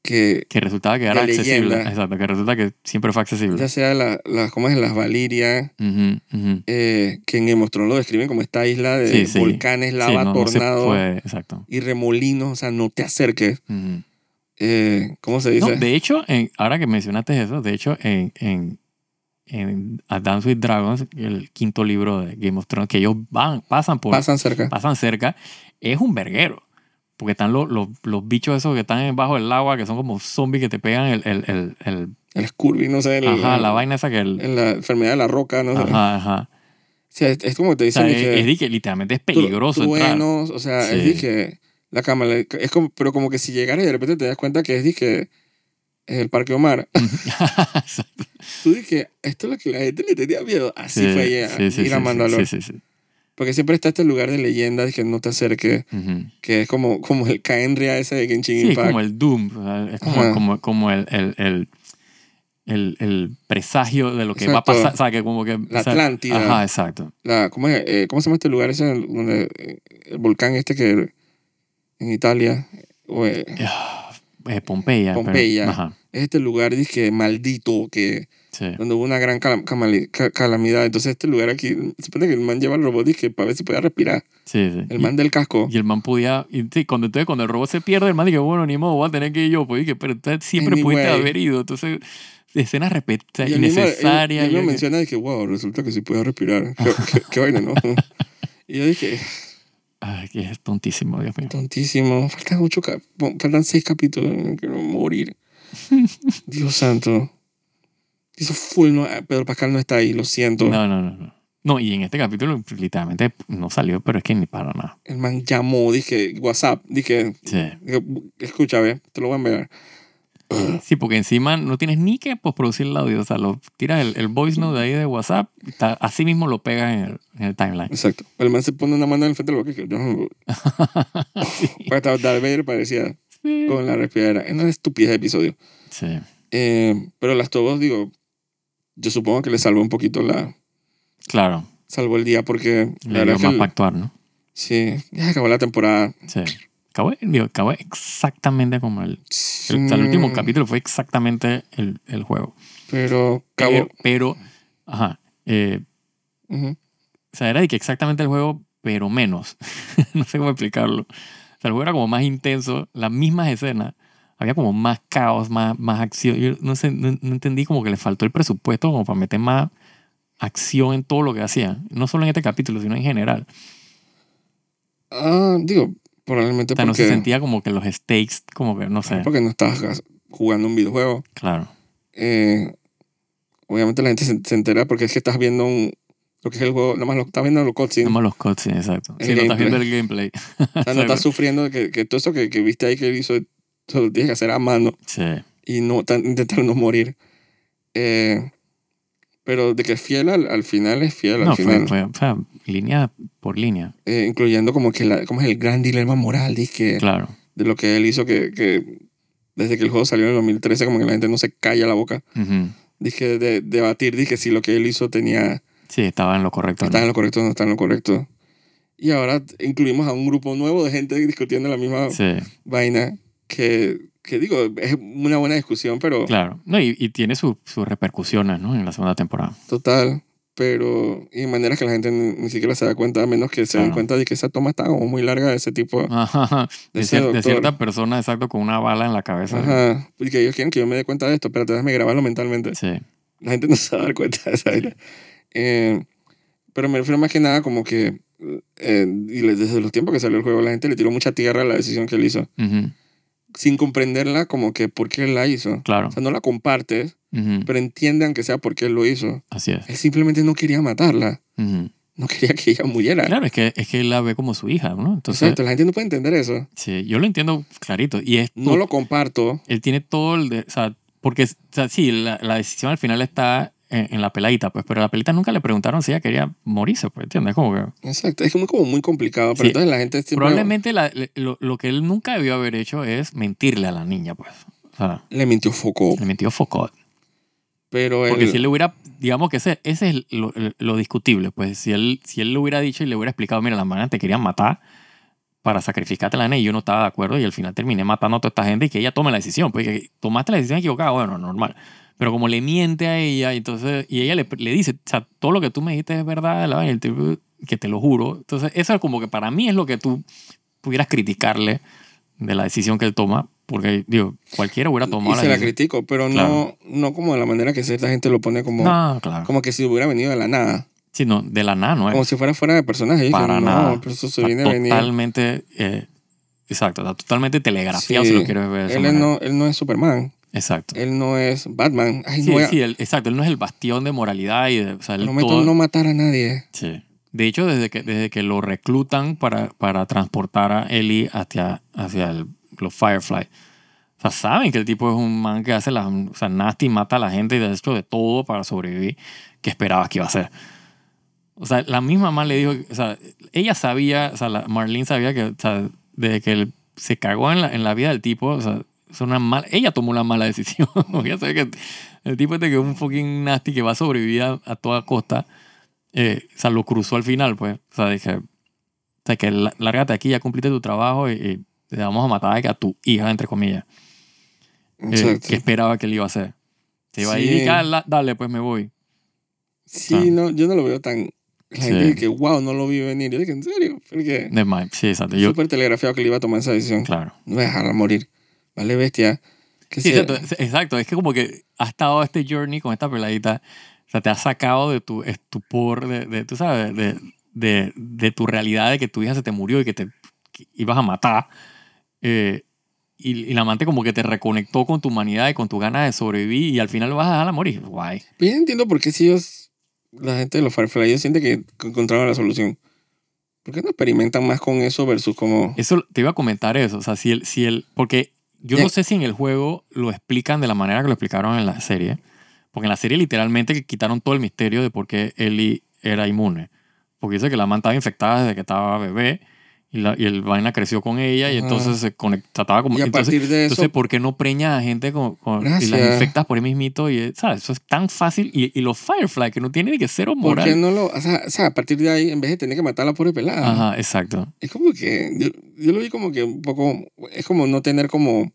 [SPEAKER 1] que
[SPEAKER 2] Que resultaba que era
[SPEAKER 1] La
[SPEAKER 2] accesible.
[SPEAKER 1] leyenda.
[SPEAKER 2] Exacto, que resulta que siempre fue accesible.
[SPEAKER 1] ya sea la, la- ¿cómo es? las Valirias,
[SPEAKER 2] Ujú, ujú.
[SPEAKER 1] eh, que en Game of Thrones lo describen como esta isla de
[SPEAKER 2] Sí, sí.
[SPEAKER 1] volcanes,
[SPEAKER 2] Sí,
[SPEAKER 1] lava,
[SPEAKER 2] no- no se
[SPEAKER 1] tornado
[SPEAKER 2] puede, exacto.
[SPEAKER 1] y remolinos, o sea, no te acerques.
[SPEAKER 2] Ujú.
[SPEAKER 1] Eh, ¿Cómo se
[SPEAKER 2] No,
[SPEAKER 1] dice?
[SPEAKER 2] de hecho, en- ahora que mencionaste eso, de hecho, en, en en A Dance with Dragons, el quinto libro de Game of Thrones, que ellos van, pasan por,
[SPEAKER 1] Pasan cerca.
[SPEAKER 2] pasan cerca, es un verguero. Porque están los, los, los bichos esos que están bajo el agua, que son como zombies que te pegan el, el, el, el-
[SPEAKER 1] El Scurvy, no sé. el-
[SPEAKER 2] ajá, la vaina esa que el,
[SPEAKER 1] En la enfermedad de la roca, no sé.
[SPEAKER 2] ajá, ajá.
[SPEAKER 1] Sí, es, es como te
[SPEAKER 2] O sea,
[SPEAKER 1] dicen.
[SPEAKER 2] es,
[SPEAKER 1] dije,
[SPEAKER 2] es de que literalmente es peligroso
[SPEAKER 1] tru-
[SPEAKER 2] *laughs* entrar.
[SPEAKER 1] truenos, o sea, es
[SPEAKER 2] Sí.
[SPEAKER 1] dije, la cámara, es como, pero como que si llegaras y de repente te das cuenta que es dije, es el Parque Omar. *laughs*
[SPEAKER 2] Exacto.
[SPEAKER 1] Tú dije, esto es lo que la gente le tenía miedo. Así
[SPEAKER 2] Sí,
[SPEAKER 1] fue ella,
[SPEAKER 2] sí, sí,
[SPEAKER 1] ir a
[SPEAKER 2] sí,
[SPEAKER 1] Mandalor.
[SPEAKER 2] sí, sí, sí.
[SPEAKER 1] Porque siempre está este lugar de leyenda de que no te acerques,
[SPEAKER 2] Ujú.
[SPEAKER 1] que es como, *laughs* como el Caenria ese de Genshin
[SPEAKER 2] Sí, es
[SPEAKER 1] Impact.
[SPEAKER 2] como el Doom, o sea, es como,
[SPEAKER 1] Ajá.
[SPEAKER 2] como, como el, el, el, el- el presagio de lo que
[SPEAKER 1] Exacto.
[SPEAKER 2] va a pasar. O sea, que como que,
[SPEAKER 1] La
[SPEAKER 2] o sea,
[SPEAKER 1] Atlántida.
[SPEAKER 2] Ajá, exacto.
[SPEAKER 1] La, ¿cómo, es? Eh, ¿Cómo se llama este lugar ese donde eh, el volcán este que en Italia? O, eh,
[SPEAKER 2] Eh, Pompeya. pero-
[SPEAKER 1] Pompeya.
[SPEAKER 2] ajá,
[SPEAKER 1] es este lugar dizque maldito que
[SPEAKER 2] sí.
[SPEAKER 1] donde hubo una gran cala- camali- ca- calamidad. Entonces este lugar aquí, se supone que el man lleva el robot dizque para ver si puede respirar.
[SPEAKER 2] sí, sí.
[SPEAKER 1] El
[SPEAKER 2] Y-
[SPEAKER 1] man del casco.
[SPEAKER 2] *laughs* Y el man podía. Y, sí, cuando, entonces, cuando el robot se pierde, el man dice: Bueno, ni modo, voy a tener que ir yo. Pues dije: Pero usted siempre
[SPEAKER 1] Anyway.
[SPEAKER 2] pudiste haber ido. Entonces, escenas repetidas,
[SPEAKER 1] Y él mismo- él-
[SPEAKER 2] innecesarias.
[SPEAKER 1] él
[SPEAKER 2] yo
[SPEAKER 1] mismo
[SPEAKER 2] que-
[SPEAKER 1] menciona de que, wow, resulta que sí puede respirar. Qué, qué- qué vaina,
[SPEAKER 2] *laughs*
[SPEAKER 1] ¿no? Y yo dije,
[SPEAKER 2] Ay, que es tontísimo, Dios mío.
[SPEAKER 1] tontísimo, faltan, ocho cap- faltan seis capítulos, me quiero
[SPEAKER 2] *laughs*
[SPEAKER 1] morir. Dios santo. Eso full, no, Ah, Pedro Pascal no está ahí, lo siento.
[SPEAKER 2] No, no, no, no. No, y en este capítulo, literalmente, no salió, pero es que ni para nada.
[SPEAKER 1] El man llamó, dije, WhatsApp, dije,
[SPEAKER 2] Sí.
[SPEAKER 1] dije, escucha, ve, te lo voy a enviar.
[SPEAKER 2] Sí, porque encima no tienes ni que postproducir el audio. O sea, lo tiras el, el voice note de ahí de WhatsApp, y ta- así mismo lo pegas en el, en el timeline.
[SPEAKER 1] Exacto. El man se pone una mano en el frente del boca y que yo
[SPEAKER 2] *laughs*
[SPEAKER 1] no. Porque estaba Darth Vader parecía
[SPEAKER 2] Sí.
[SPEAKER 1] con la respiradera. Es una estupidez de episodio.
[SPEAKER 2] Sí.
[SPEAKER 1] Eh, pero las tobos, digo, yo supongo que le salvó un poquito la.
[SPEAKER 2] Claro,
[SPEAKER 1] Salvó el día porque la
[SPEAKER 2] le
[SPEAKER 1] verdad
[SPEAKER 2] dio
[SPEAKER 1] es que.
[SPEAKER 2] más
[SPEAKER 1] el-
[SPEAKER 2] para actuar, ¿no?
[SPEAKER 1] sí, ya acabó la temporada.
[SPEAKER 2] Sí. Acabó, digo, acabó exactamente como el, el, o sea, el último
[SPEAKER 1] Mm,
[SPEAKER 2] capítulo fue exactamente el, el juego.
[SPEAKER 1] Pero
[SPEAKER 2] Pero,
[SPEAKER 1] acabó.
[SPEAKER 2] pero, ajá. eh,
[SPEAKER 1] Ujú.
[SPEAKER 2] o sea, era de que exactamente el juego, pero menos. *laughs* no sé cómo explicarlo. O sea, el juego era como más intenso, las mismas escenas. Había como más caos, más, más acción. Yo no, sé, no, no entendí como que le faltó el presupuesto como para meter más acción en todo lo que hacían. No solo en este capítulo, sino en general.
[SPEAKER 1] Ah, digo, probablemente
[SPEAKER 2] O sea, no se
[SPEAKER 1] porque.
[SPEAKER 2] sentía como que los stakes, como que, no sé.
[SPEAKER 1] porque no estabas jugando un videojuego.
[SPEAKER 2] Claro.
[SPEAKER 1] eh, obviamente la gente se, se entera porque es que estás viendo un, lo que es el juego, nada más lo estás viendo los cutscenes.
[SPEAKER 2] Nomás los cutscenes, exacto.
[SPEAKER 1] El
[SPEAKER 2] Si no estás
[SPEAKER 1] gameplay.
[SPEAKER 2] viendo el gameplay.
[SPEAKER 1] o
[SPEAKER 2] *laughs*
[SPEAKER 1] sea, no
[SPEAKER 2] exacto.
[SPEAKER 1] estás sufriendo de que, que todo eso que, que viste ahí que él hizo, todo lo tienes que hacer a mano
[SPEAKER 2] Sí,
[SPEAKER 1] y no tan- intentar no morir. Eh, pero de que es fiel al, al final, es fiel
[SPEAKER 2] no,
[SPEAKER 1] al final.
[SPEAKER 2] fue, fue, o sea, línea por línea.
[SPEAKER 1] Eh, incluyendo como que la, como es el gran dilema moral dizque,
[SPEAKER 2] Claro.
[SPEAKER 1] de lo que él hizo que, que desde que el juego salió en el 2013 como que la gente no se calla la boca.
[SPEAKER 2] Ujú.
[SPEAKER 1] Dije, de, debatir, dije si lo que él hizo tenía...
[SPEAKER 2] Sí, estaba en lo correcto. ¿no?
[SPEAKER 1] están en lo correcto o no están en lo correcto. Y ahora incluimos a un grupo nuevo de gente discutiendo la misma
[SPEAKER 2] Sí.
[SPEAKER 1] vaina que, que digo, es una buena discusión, pero
[SPEAKER 2] Claro, no, y, y tiene su- sus repercusiones ¿no? en la
[SPEAKER 1] *laughs*
[SPEAKER 2] segunda temporada.
[SPEAKER 1] total. Pero y de maneras que la gente ni, ni siquiera se da cuenta, a menos que se den
[SPEAKER 2] Claro. Ah,
[SPEAKER 1] cuenta de que esa toma está como muy larga de ese tipo.
[SPEAKER 2] Ajá,
[SPEAKER 1] De
[SPEAKER 2] De,
[SPEAKER 1] ese
[SPEAKER 2] cier- de
[SPEAKER 1] doctor.
[SPEAKER 2] cierta persona, exacto, con una bala en la cabeza.
[SPEAKER 1] Ajá. Y que ellos quieren que yo me dé cuenta de esto, pero déjame grabarlo mentalmente.
[SPEAKER 2] Sí,
[SPEAKER 1] La gente *laughs* no se va a dar cuenta de esa vaina. Eh, pero me refiero más que nada como que eh, y le- desde los tiempos que salió el juego, la gente le tiró mucha tierra a la decisión que él hizo.
[SPEAKER 2] Ujú,
[SPEAKER 1] sin comprenderla como que por qué él la hizo.
[SPEAKER 2] claro.
[SPEAKER 1] O sea, no la compartes,
[SPEAKER 2] Ujú,
[SPEAKER 1] pero entiendan que sea por qué él lo hizo.
[SPEAKER 2] Así es.
[SPEAKER 1] Él simplemente no quería matarla,
[SPEAKER 2] Ujú.
[SPEAKER 1] no quería que ella muriera.
[SPEAKER 2] Claro, es que, es que él la ve como su hija, ¿no? Entonces,
[SPEAKER 1] Exacto, la gente no puede entender eso.
[SPEAKER 2] sí, yo lo entiendo clarito. Y es
[SPEAKER 1] No lo comparto.
[SPEAKER 2] él tiene todo el... de- o sea, porque, o sea, sí, la, la decisión al final está en, en la peladita, pues, pero a la peladita nunca le preguntaron si ella quería morirse, pues, ¿entiendes? Como que...
[SPEAKER 1] Exacto, es como, como muy complicado, pero
[SPEAKER 2] Sí.
[SPEAKER 1] entonces la gente siempre-
[SPEAKER 2] Probablemente la- le- lo, lo que él nunca debió haber hecho es mentirle a la niña, pues. O sea,
[SPEAKER 1] le mintió foco.
[SPEAKER 2] le mintió Foucault.
[SPEAKER 1] Pero
[SPEAKER 2] Porque
[SPEAKER 1] él,
[SPEAKER 2] si él le hubiera, digamos que ese, ese es lo, lo discutible, pues si él, si él le hubiera dicho y le hubiera explicado, mira, las manas te querían matar para sacrificarte la nena y yo no estaba de acuerdo y al final terminé matando a toda esta gente y que ella tome la decisión, pues que tomaste la decisión equivocada, bueno, normal. Pero como le miente a ella, entonces, y ella le, le dice, o sea, todo lo que tú me dijiste es verdad, la vaina", y el tipo, que te lo juro. Entonces, eso es como que para mí es lo que tú pudieras criticarle de la decisión que él toma, Porque, digo, cualquiera hubiera tomado
[SPEAKER 1] y se la
[SPEAKER 2] decisión.
[SPEAKER 1] critico, pero
[SPEAKER 2] Claro.
[SPEAKER 1] no, no como de la manera que cierta gente lo pone como,
[SPEAKER 2] No, claro.
[SPEAKER 1] como que si hubiera venido de la nada.
[SPEAKER 2] Sí, no, de la nada no es.
[SPEAKER 1] Como si fuera fuera de personaje. Y dije,
[SPEAKER 2] Para
[SPEAKER 1] no,
[SPEAKER 2] nada.
[SPEAKER 1] pero eso se
[SPEAKER 2] Está
[SPEAKER 1] viene venido.
[SPEAKER 2] totalmente, eh, exacto, está totalmente telegrafiado
[SPEAKER 1] Sí.
[SPEAKER 2] si lo quieres ver. de esa
[SPEAKER 1] Él es
[SPEAKER 2] manera.
[SPEAKER 1] no, él no es Superman.
[SPEAKER 2] Exacto.
[SPEAKER 1] Él no es Batman. Ay,
[SPEAKER 2] sí,
[SPEAKER 1] no, voy a-
[SPEAKER 2] sí, él- exacto, él no es el bastión de moralidad y de, o sea, él
[SPEAKER 1] prometo
[SPEAKER 2] todo-
[SPEAKER 1] no matar a nadie.
[SPEAKER 2] Sí. De hecho, desde que, desde que lo reclutan para, para transportar a Ellie hacia, hacia el- los Firefly. O sea, saben que el tipo es un man que hace las... O sea, nasty, mata a la gente y de hecho de todo para sobrevivir que esperabas que iba a hacer. O sea, la misma man le dijo... O sea, ella sabía... O sea, la- Marlene sabía que... O sea, desde que él se cagó en la, en la vida del tipo... O sea, es una mala... Ella tomó una mala *laughs* decisión. ella sabía que el tipo este que es un fucking nasty que va a sobrevivir a, a toda costa eh, o sea, lo cruzó al final, pues. O sea, dije, o sea, que lá- lárgate aquí, ya cumpliste tu trabajo y, y te vamos a matar a tu hija, entre comillas. Eh,
[SPEAKER 1] Exacto.
[SPEAKER 2] que esperaba que él iba a hacer. Se iba a
[SPEAKER 1] Sí.
[SPEAKER 2] ir y ah, la- dale, pues me voy.
[SPEAKER 1] Sí,
[SPEAKER 2] Ah.
[SPEAKER 1] no, yo no lo veo tan. La gente
[SPEAKER 2] Sí.
[SPEAKER 1] dice que, wow, no lo vi venir. Yo dije, ¿en serio? Porque
[SPEAKER 2] De más. Sí, exacto.
[SPEAKER 1] es
[SPEAKER 2] Yo,
[SPEAKER 1] súper telegrafiado que le iba a tomar esa decisión.
[SPEAKER 2] claro.
[SPEAKER 1] No voy a dejarla morir. Vale, bestia. Que
[SPEAKER 2] Sí,
[SPEAKER 1] sea-
[SPEAKER 2] exacto, es- exacto. Es que como que has estado este journey con esta peladita. O sea, te has sacado de tu estupor, de, de- tú sabes, de, de- de tu realidad de que tu hija se te murió y que te que ibas a matar. Eh, y, y la amante como que te reconectó con tu humanidad y con tu ganas de sobrevivir y al final lo vas a dejar a morir. Guay.
[SPEAKER 1] Pero yo no entiendo por qué si ellos, la gente de los Firefly, ellos sienten que encontraron la solución. ¿Por qué no experimentan más con eso versus como...
[SPEAKER 2] Eso te iba a comentar eso. O sea, si el, si el, porque yo
[SPEAKER 1] Eh.
[SPEAKER 2] no sé si en el juego lo explican de la manera que lo explicaron en la serie. Porque en la serie literalmente que quitaron todo el misterio de por qué Ellie era inmune. Porque dice que la man estaba infectada desde que estaba bebé y, la- y el vaina creció con ella y
[SPEAKER 1] Ajá.
[SPEAKER 2] entonces se conectaba como...
[SPEAKER 1] Y a
[SPEAKER 2] entonces,
[SPEAKER 1] partir de eso,
[SPEAKER 2] entonces, ¿por qué no preñas a gente con, con- y las
[SPEAKER 1] Gracias.
[SPEAKER 2] infectas por ahí mismito? Y, eh, ¿sabes? Eso es tan fácil. Y, y los Firefly, que no tienen ni que cero
[SPEAKER 1] ¿por
[SPEAKER 2] moral.
[SPEAKER 1] qué no lo... O sea, o sea, a partir de ahí, en vez de tener que matar a la pobre pelada,
[SPEAKER 2] Ajá, exacto.
[SPEAKER 1] es como que... Yo, yo lo vi como que un poco... Es como no tener como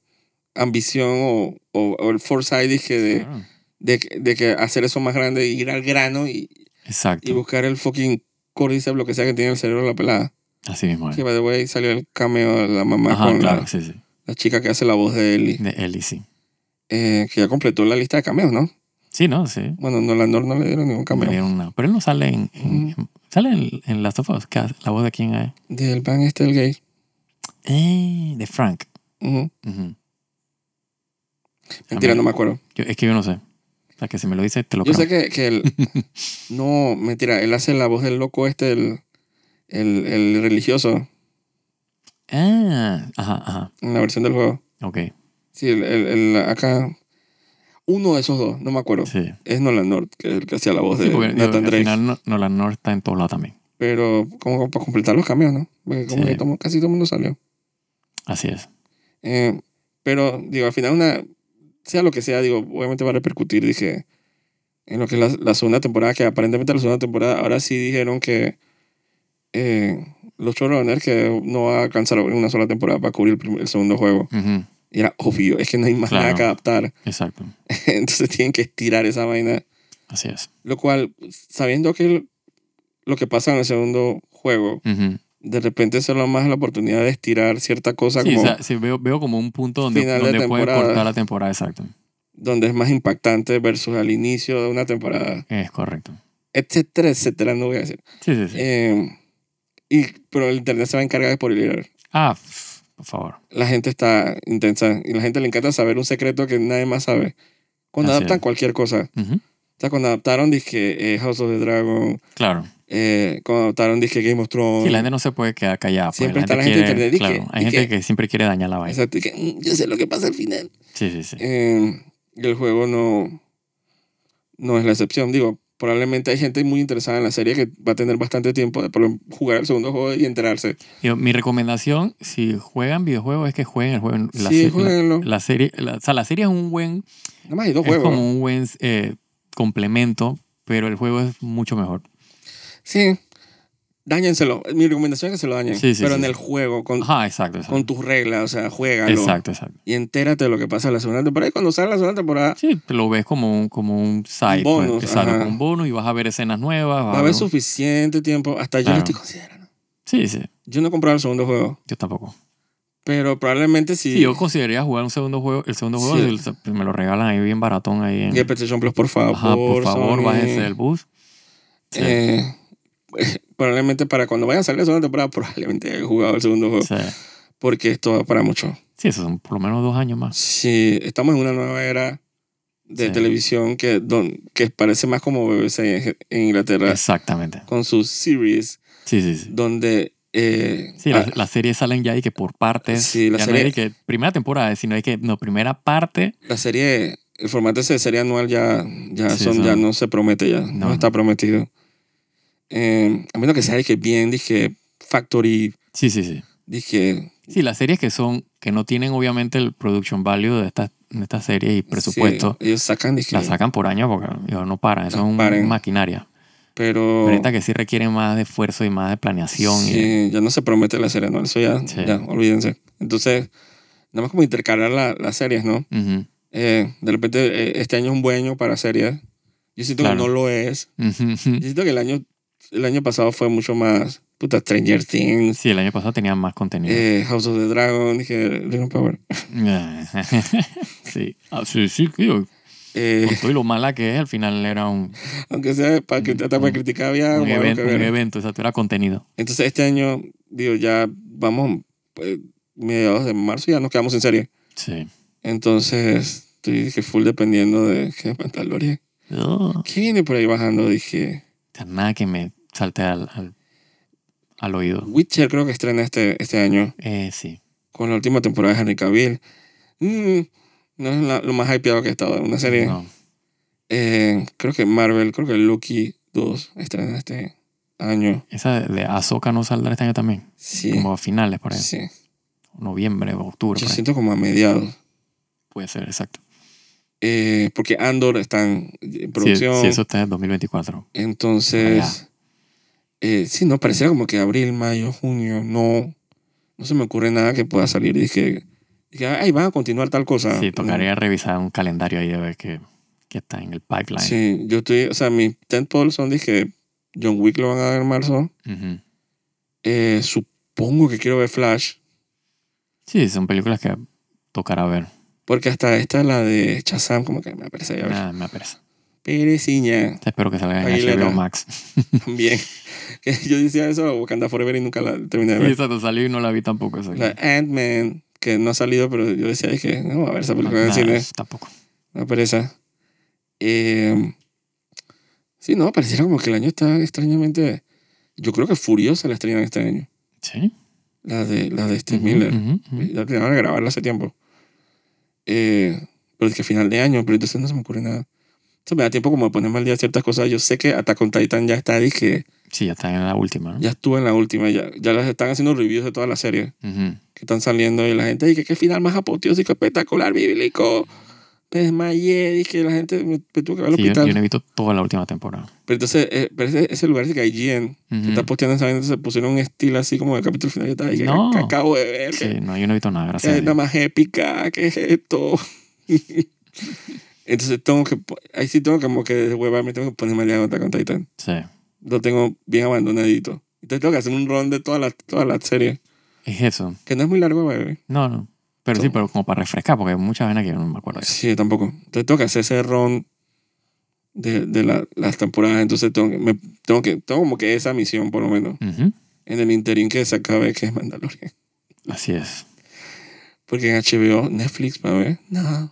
[SPEAKER 1] ambición o, o, o el foresight, dije, de,
[SPEAKER 2] Claro.
[SPEAKER 1] de, que- de que hacer eso más grande, ir al grano y,
[SPEAKER 2] Exacto.
[SPEAKER 1] y buscar el fucking cordyceps, lo que sea que tiene el cerebro de la pelada.
[SPEAKER 2] Así mismo. es.
[SPEAKER 1] Que, by the way, salió el cameo de la mamá
[SPEAKER 2] Ajá,
[SPEAKER 1] con la-
[SPEAKER 2] claro, sí, sí.
[SPEAKER 1] la chica que hace la voz de Ellie.
[SPEAKER 2] De Ellie, sí.
[SPEAKER 1] eh, que ya completó la lista de cameos, ¿no?
[SPEAKER 2] Sí, no, sí.
[SPEAKER 1] Bueno, no, Landor no le dieron ningún
[SPEAKER 2] Me
[SPEAKER 1] cameo.
[SPEAKER 2] dieron una. Pero él no sale en. en- en- sale en, en Last of Us. ¿Qué hace? ¿La voz de quién eh. es?
[SPEAKER 1] Del pan este el gay.
[SPEAKER 2] Eh, de Frank.
[SPEAKER 1] Ujú.
[SPEAKER 2] Ujú.
[SPEAKER 1] Mentira,
[SPEAKER 2] Ah,
[SPEAKER 1] no me acuerdo.
[SPEAKER 2] yo- es que yo no sé. O sea, que si me lo dices, te lo
[SPEAKER 1] Yo sé
[SPEAKER 2] creo.
[SPEAKER 1] que,
[SPEAKER 2] *laughs*
[SPEAKER 1] que él... no, mentira, él hace la voz del loco este, el, el, el religioso,
[SPEAKER 2] Ah, ajá, ajá.
[SPEAKER 1] en la versión del juego.
[SPEAKER 2] Ok,
[SPEAKER 1] Sí, el, el- el- acá... Uno de esos dos, no me acuerdo.
[SPEAKER 2] sí.
[SPEAKER 1] Es Nolan North, que es el que hacía la voz
[SPEAKER 2] Sí,
[SPEAKER 1] de
[SPEAKER 2] porque digo,
[SPEAKER 1] Nathan
[SPEAKER 2] al
[SPEAKER 1] Drake.
[SPEAKER 2] final no- Nolan North está en todos lados también.
[SPEAKER 1] Pero como para completar los cameos, ¿no? Porque como
[SPEAKER 2] Sí.
[SPEAKER 1] que tomo- casi todo el mundo salió.
[SPEAKER 2] Así es.
[SPEAKER 1] Eh, pero, digo, al final, una, sea lo que sea, digo, obviamente va a repercutir, dije, en lo que es la, la segunda temporada, que aparentemente la segunda temporada, ahora sí dijeron que eh, los showrunners que no va a alcanzar en una sola temporada para cubrir el, primer- el segundo juego.
[SPEAKER 2] Ujú,
[SPEAKER 1] Y era obvio, es que no hay más
[SPEAKER 2] Claro.
[SPEAKER 1] nada que adaptar. *laughs*
[SPEAKER 2] Exacto.
[SPEAKER 1] Entonces tienen que estirar esa vaina.
[SPEAKER 2] Así es.
[SPEAKER 1] Lo cual, sabiendo que el- lo que pasa en el segundo juego,
[SPEAKER 2] Ujú.
[SPEAKER 1] de repente se da más la oportunidad de estirar cierta cosa
[SPEAKER 2] Sí,
[SPEAKER 1] como
[SPEAKER 2] o sea, sí, veo, veo como un punto donde,
[SPEAKER 1] Final de
[SPEAKER 2] donde puede
[SPEAKER 1] temporada.
[SPEAKER 2] cortar la temporada. Exacto.
[SPEAKER 1] donde es más impactante versus al inicio de una temporada,
[SPEAKER 2] Es correcto.
[SPEAKER 1] etcétera, etcétera, no voy a decir.
[SPEAKER 2] Sí, sí, sí.
[SPEAKER 1] Eh, y, pero el internet se va a encargar de spoiler.
[SPEAKER 2] Ah, pf, por favor.
[SPEAKER 1] La gente está intensa y la gente le encanta saber un secreto que nadie más sabe. Cuando
[SPEAKER 2] Así
[SPEAKER 1] adaptan
[SPEAKER 2] es.
[SPEAKER 1] cualquier cosa.
[SPEAKER 2] Ujú.
[SPEAKER 1] O sea, cuando adaptaron, dije eh, House of the Dragon,
[SPEAKER 2] Claro.
[SPEAKER 1] eh, cuando adaptaron, dije Game of Thrones.
[SPEAKER 2] Sí, la gente no se puede quedar callada. pues.
[SPEAKER 1] Siempre está la
[SPEAKER 2] quiere,
[SPEAKER 1] gente de internet y
[SPEAKER 2] claro,
[SPEAKER 1] que-
[SPEAKER 2] hay
[SPEAKER 1] y
[SPEAKER 2] gente
[SPEAKER 1] que-
[SPEAKER 2] que siempre quiere dañar la vaina.
[SPEAKER 1] Exacto, y que, "Mm, yo sé lo que pasa al final.
[SPEAKER 2] Sí, sí, sí.
[SPEAKER 1] Eh, y el juego no, no es la excepción. Digo, probablemente hay gente muy interesada en la serie que va a tener bastante tiempo de por lo- jugar el segundo juego y enterarse.
[SPEAKER 2] Digo, mi recomendación, si juegan videojuegos, es que jueguen el juego. La,
[SPEAKER 1] sí,
[SPEAKER 2] se-
[SPEAKER 1] jueguenlo.
[SPEAKER 2] la- la serie, la- o sea, la serie es un buen,
[SPEAKER 1] Nada más hay dos
[SPEAKER 2] es
[SPEAKER 1] juegos.
[SPEAKER 2] como un buen eh, complemento, pero el juego es mucho mejor.
[SPEAKER 1] Sí. Dáñenselo. Mi recomendación es que se lo dañen.
[SPEAKER 2] Sí, sí,
[SPEAKER 1] pero
[SPEAKER 2] sí,
[SPEAKER 1] en
[SPEAKER 2] sí.
[SPEAKER 1] el juego, con,
[SPEAKER 2] Ajá, exacto, exacto.
[SPEAKER 1] con tus reglas, o sea, juégalo.
[SPEAKER 2] Exacto, exacto.
[SPEAKER 1] Y entérate de lo que pasa en la segunda temporada. Y cuando sale la segunda temporada,
[SPEAKER 2] Sí, te lo ves como un, como un side, pues.
[SPEAKER 1] bonus,
[SPEAKER 2] exacto,
[SPEAKER 1] ajá.
[SPEAKER 2] como un bonus y vas a ver escenas nuevas. vas
[SPEAKER 1] va a
[SPEAKER 2] a
[SPEAKER 1] haber
[SPEAKER 2] ver-
[SPEAKER 1] suficiente tiempo. Hasta yo lo
[SPEAKER 2] Claro.
[SPEAKER 1] estoy considerando.
[SPEAKER 2] Sí, sí,
[SPEAKER 1] Yo no he comprado el segundo juego,
[SPEAKER 2] yo tampoco.
[SPEAKER 1] Pero probablemente si...
[SPEAKER 2] Sí, yo consideraría jugar un segundo juego, el segundo juego,
[SPEAKER 1] Sí.
[SPEAKER 2] si el- me lo regalan ahí bien baratón ahí en...
[SPEAKER 1] Y el PlayStation Plus, por favor.
[SPEAKER 2] Ajá, por favor,
[SPEAKER 1] Sony.
[SPEAKER 2] bájense del bus. Sí,
[SPEAKER 1] Eh, probablemente para cuando vaya a salir la segunda temporada, probablemente haya jugado el segundo juego.
[SPEAKER 2] sí.
[SPEAKER 1] Porque esto va para mucho.
[SPEAKER 2] Sí, esos son por lo menos dos años más.
[SPEAKER 1] Sí, estamos en una nueva era de
[SPEAKER 2] Sí.
[SPEAKER 1] televisión que, don, que parece más como BBC en, en Inglaterra
[SPEAKER 2] Exactamente.
[SPEAKER 1] con sus series,
[SPEAKER 2] Sí, sí, sí.
[SPEAKER 1] donde. eh,
[SPEAKER 2] Sí,
[SPEAKER 1] ah,
[SPEAKER 2] las, las series salen ya y que por partes.
[SPEAKER 1] Sí, la
[SPEAKER 2] ya no hay
[SPEAKER 1] serie-
[SPEAKER 2] de que primera temporada, sino hay que, no, primera parte.
[SPEAKER 1] la serie, el formato ese de serie anual ya, ya,
[SPEAKER 2] Sí,
[SPEAKER 1] son,
[SPEAKER 2] son-
[SPEAKER 1] ya no se promete, ya no,
[SPEAKER 2] no.
[SPEAKER 1] está prometido. Eh, a menos que sea que bien, dije Factory,
[SPEAKER 2] Sí, sí, sí.
[SPEAKER 1] dije.
[SPEAKER 2] Sí, las series que son, que no tienen obviamente el production value de estas de estas series y presupuesto,
[SPEAKER 1] sí, ellos sacan, dije.
[SPEAKER 2] las sacan por año porque digo, no paran, eso
[SPEAKER 1] No
[SPEAKER 2] es una
[SPEAKER 1] paren.
[SPEAKER 2] maquinaria.
[SPEAKER 1] Pero.
[SPEAKER 2] Pero estas que sí requieren más de esfuerzo y más de planeación. y-
[SPEAKER 1] Sí, ya no se promete la serie, ¿no? Eso ya,
[SPEAKER 2] Sí.
[SPEAKER 1] ya, olvídense. Entonces, nada más como intercalar la- las series, ¿no?
[SPEAKER 2] Ujú,
[SPEAKER 1] Eh, de repente, eh, este año es un buen año para series. Yo siento
[SPEAKER 2] Claro.
[SPEAKER 1] que no lo es.
[SPEAKER 2] ujú,
[SPEAKER 1] Yo
[SPEAKER 2] ujú.
[SPEAKER 1] siento que el año, el año pasado fue mucho más. Puta, Stranger Things,
[SPEAKER 2] Sí, el año pasado tenían más contenido.
[SPEAKER 1] eh, House of the Dragon, dije, Ring of Power.
[SPEAKER 2] *laughs* sí. Ah, sí, sí, tío.
[SPEAKER 1] Eh,
[SPEAKER 2] Con todo y lo mala que es, al final era un,
[SPEAKER 1] aunque sea para, crit- hasta para
[SPEAKER 2] Un-
[SPEAKER 1] criticar, había
[SPEAKER 2] un,
[SPEAKER 1] como algo
[SPEAKER 2] evento,
[SPEAKER 1] Ah, que
[SPEAKER 2] un
[SPEAKER 1] ver.
[SPEAKER 2] evento, exacto, era contenido.
[SPEAKER 1] Entonces, este año, digo, ya vamos, eh, mediados de marzo, ya nos quedamos en serie.
[SPEAKER 2] Sí.
[SPEAKER 1] Entonces, estoy dije, full dependiendo de qué Mandalorian.
[SPEAKER 2] Oh,
[SPEAKER 1] ¿Qué viene por ahí bajando? Dije,
[SPEAKER 2] nada que me salte al, al, al oído.
[SPEAKER 1] Witcher creo que estrena este, este año
[SPEAKER 2] Eh, sí.
[SPEAKER 1] con la última temporada de Henry Cavill. Mm, no es la- lo más hypeado que he estado en una serie.
[SPEAKER 2] No.
[SPEAKER 1] Eh, creo que Marvel, creo que Loki 2 estrena este año.
[SPEAKER 2] Esa de, de Ahsoka no saldrá este año también.
[SPEAKER 1] Sí,
[SPEAKER 2] Como a finales, por ahí.
[SPEAKER 1] sí.
[SPEAKER 2] Noviembre o octubre.
[SPEAKER 1] Yo
[SPEAKER 2] por ahí.
[SPEAKER 1] siento como a mediados.
[SPEAKER 2] Puede ser, exacto.
[SPEAKER 1] Eh, porque Andor está en en
[SPEAKER 2] Sí,
[SPEAKER 1] producción.
[SPEAKER 2] sí, eso está en 2024.
[SPEAKER 1] Entonces, eh, sí, no, pareciera como que abril, mayo, junio, no, no se me ocurre nada que pueda salir. Dije, dije ay, van a continuar tal cosa.
[SPEAKER 2] Sí, tocaría revisar un calendario ahí de ver qué, qué está en el pipeline.
[SPEAKER 1] Mm, Sí, yo estoy, o sea, mis tent poles son, dije, John Wick lo van a dar en marzo.
[SPEAKER 2] Ujú.
[SPEAKER 1] Eh, supongo que quiero ver Flash,
[SPEAKER 2] Sí, son películas que tocará ver.
[SPEAKER 1] porque hasta esta, la de Chazam, como que me aparece ya.
[SPEAKER 2] Nada, Ah, me apereza. *laughs*
[SPEAKER 1] Pereciña,
[SPEAKER 2] Te espero que salga en
[SPEAKER 1] Aguilera.
[SPEAKER 2] HBO Max. *laughs*
[SPEAKER 1] también. *laughs* Que yo decía eso, Wakanda Forever y nunca la terminé de
[SPEAKER 2] Sí,
[SPEAKER 1] ver.
[SPEAKER 2] exacto, salió y no la vi tampoco. exacto.
[SPEAKER 1] La Ant-Man, que no ha salido, pero yo decía, dije, no, a ver esa película en el
[SPEAKER 2] Nada,
[SPEAKER 1] cine.
[SPEAKER 2] Ah, Tampoco.
[SPEAKER 1] La pereza. Eh, sí, no, pareciera como que el año está extrañamente. Yo creo que Furiosa la estrenan este año.
[SPEAKER 2] Sí.
[SPEAKER 1] La de, la de Steve
[SPEAKER 2] Ujú,
[SPEAKER 1] Miller.
[SPEAKER 2] ujú, ujú.
[SPEAKER 1] La primera de grabarla hace tiempo. Eh, pero es que final de año, pero entonces no se me ocurre nada. Eso me da tiempo como de ponerme al día de ciertas cosas. Yo sé que Attack on Titan ya está, dije,
[SPEAKER 2] Sí, ya está en la última. ¿no?
[SPEAKER 1] ya estuvo en la última, ya, ya las están haciendo reviews de todas las series
[SPEAKER 2] Ujú.
[SPEAKER 1] que están saliendo y la gente dice, qué final más apoteósico, espectacular, bíblico. Me desmayé, dije, la gente me, me tuvo que ver al
[SPEAKER 2] Sí, yo,
[SPEAKER 1] hospital.
[SPEAKER 2] yo no he visto toda la última temporada.
[SPEAKER 1] Pero entonces, eh, pero ese, ese lugar de que IGN, que
[SPEAKER 2] Ujú.
[SPEAKER 1] está posteando esa vaina, se pusieron un estilo así como el capítulo final. Yo estaba dije,
[SPEAKER 2] No.
[SPEAKER 1] "¿Qué acabo de ver, que
[SPEAKER 2] Sí, no, yo no he visto nada,
[SPEAKER 1] que es
[SPEAKER 2] gracias. a
[SPEAKER 1] nada
[SPEAKER 2] Dios.
[SPEAKER 1] más épica, ¿qué es esto? *laughs* entonces tengo que, po- ahí sí tengo como que de hueva, me tengo que ponerme al día con Attack on Titan.
[SPEAKER 2] Sí.
[SPEAKER 1] Lo tengo bien abandonadito. Entonces tengo que hacer un run de todas las todas las series,
[SPEAKER 2] Es eso.
[SPEAKER 1] que no es muy largo, bebé.
[SPEAKER 2] No, no. Pero sí,
[SPEAKER 1] Todo.
[SPEAKER 2] pero como para refrescar, porque hay muchas venas que yo no me acuerdo. de eso.
[SPEAKER 1] Sí, tampoco. Entonces tengo que hacer ese run de, de la- las temporadas. Entonces tengo que, me, tengo que, tengo como que esa misión por lo menos.
[SPEAKER 2] Ujú.
[SPEAKER 1] En el interín que se acabe que es Mandalorian.
[SPEAKER 2] Así es.
[SPEAKER 1] Porque en HBO, Netflix, para ver, nada.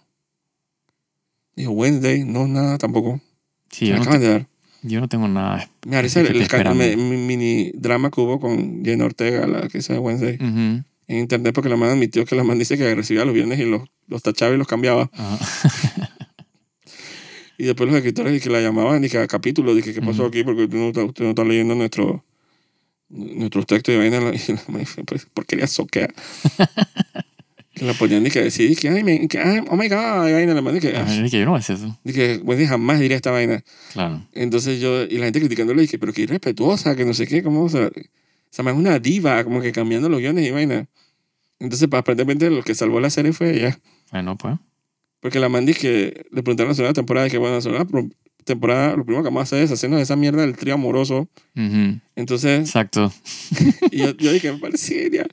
[SPEAKER 1] Dijo Wednesday, no, nada tampoco.
[SPEAKER 2] Sí,
[SPEAKER 1] Me
[SPEAKER 2] yo no,
[SPEAKER 1] acaban de dar.
[SPEAKER 2] te- yo no tengo nada.
[SPEAKER 1] Me parece el,
[SPEAKER 2] Estoy
[SPEAKER 1] el ca-
[SPEAKER 2] esperando.
[SPEAKER 1] me- mi- mini drama que hubo con Jen Ortega, la que hizo de Wednesday,
[SPEAKER 2] Ujú.
[SPEAKER 1] en internet, porque la man admitió que la man dice que recibía los viernes y los, los tachaba y los cambiaba.
[SPEAKER 2] Ajá.
[SPEAKER 1] Y después los escritores que la llamaban y cada capítulo, dije, ¿qué pasó
[SPEAKER 2] Ujú.
[SPEAKER 1] aquí? Porque tú no, estás- tú no estás leyendo nuestro, nuestros textos y vaina. *laughs* Y la man dice, pues, porquería
[SPEAKER 2] *laughs*
[SPEAKER 1] soquea. que la ponían y que decía, que, ay, me, que, ay, oh my God, y vaina, la man dije, "Ah",
[SPEAKER 2] Ajá, es que yo no voy a hacer eso.
[SPEAKER 1] dije, Wednesday jamás diría esta vaina.
[SPEAKER 2] Claro.
[SPEAKER 1] Entonces yo, y la gente criticándole, dije, pero qué irrespetuosa, que no sé qué, como, o sea, esa man es una diva, como que cambiando los guiones y vaina. Entonces, pa- aparentemente, lo que salvó la serie fue ella.
[SPEAKER 2] Bueno, pues.
[SPEAKER 1] Porque la man que le preguntaron la segunda temporada, que bueno, la segunda pro- temporada, lo primero que vamos a hacer es hacernos esa mierda del trío amoroso.
[SPEAKER 2] Ujú.
[SPEAKER 1] Entonces,
[SPEAKER 2] Exacto.
[SPEAKER 1] y yo, yo dije, me parece genial.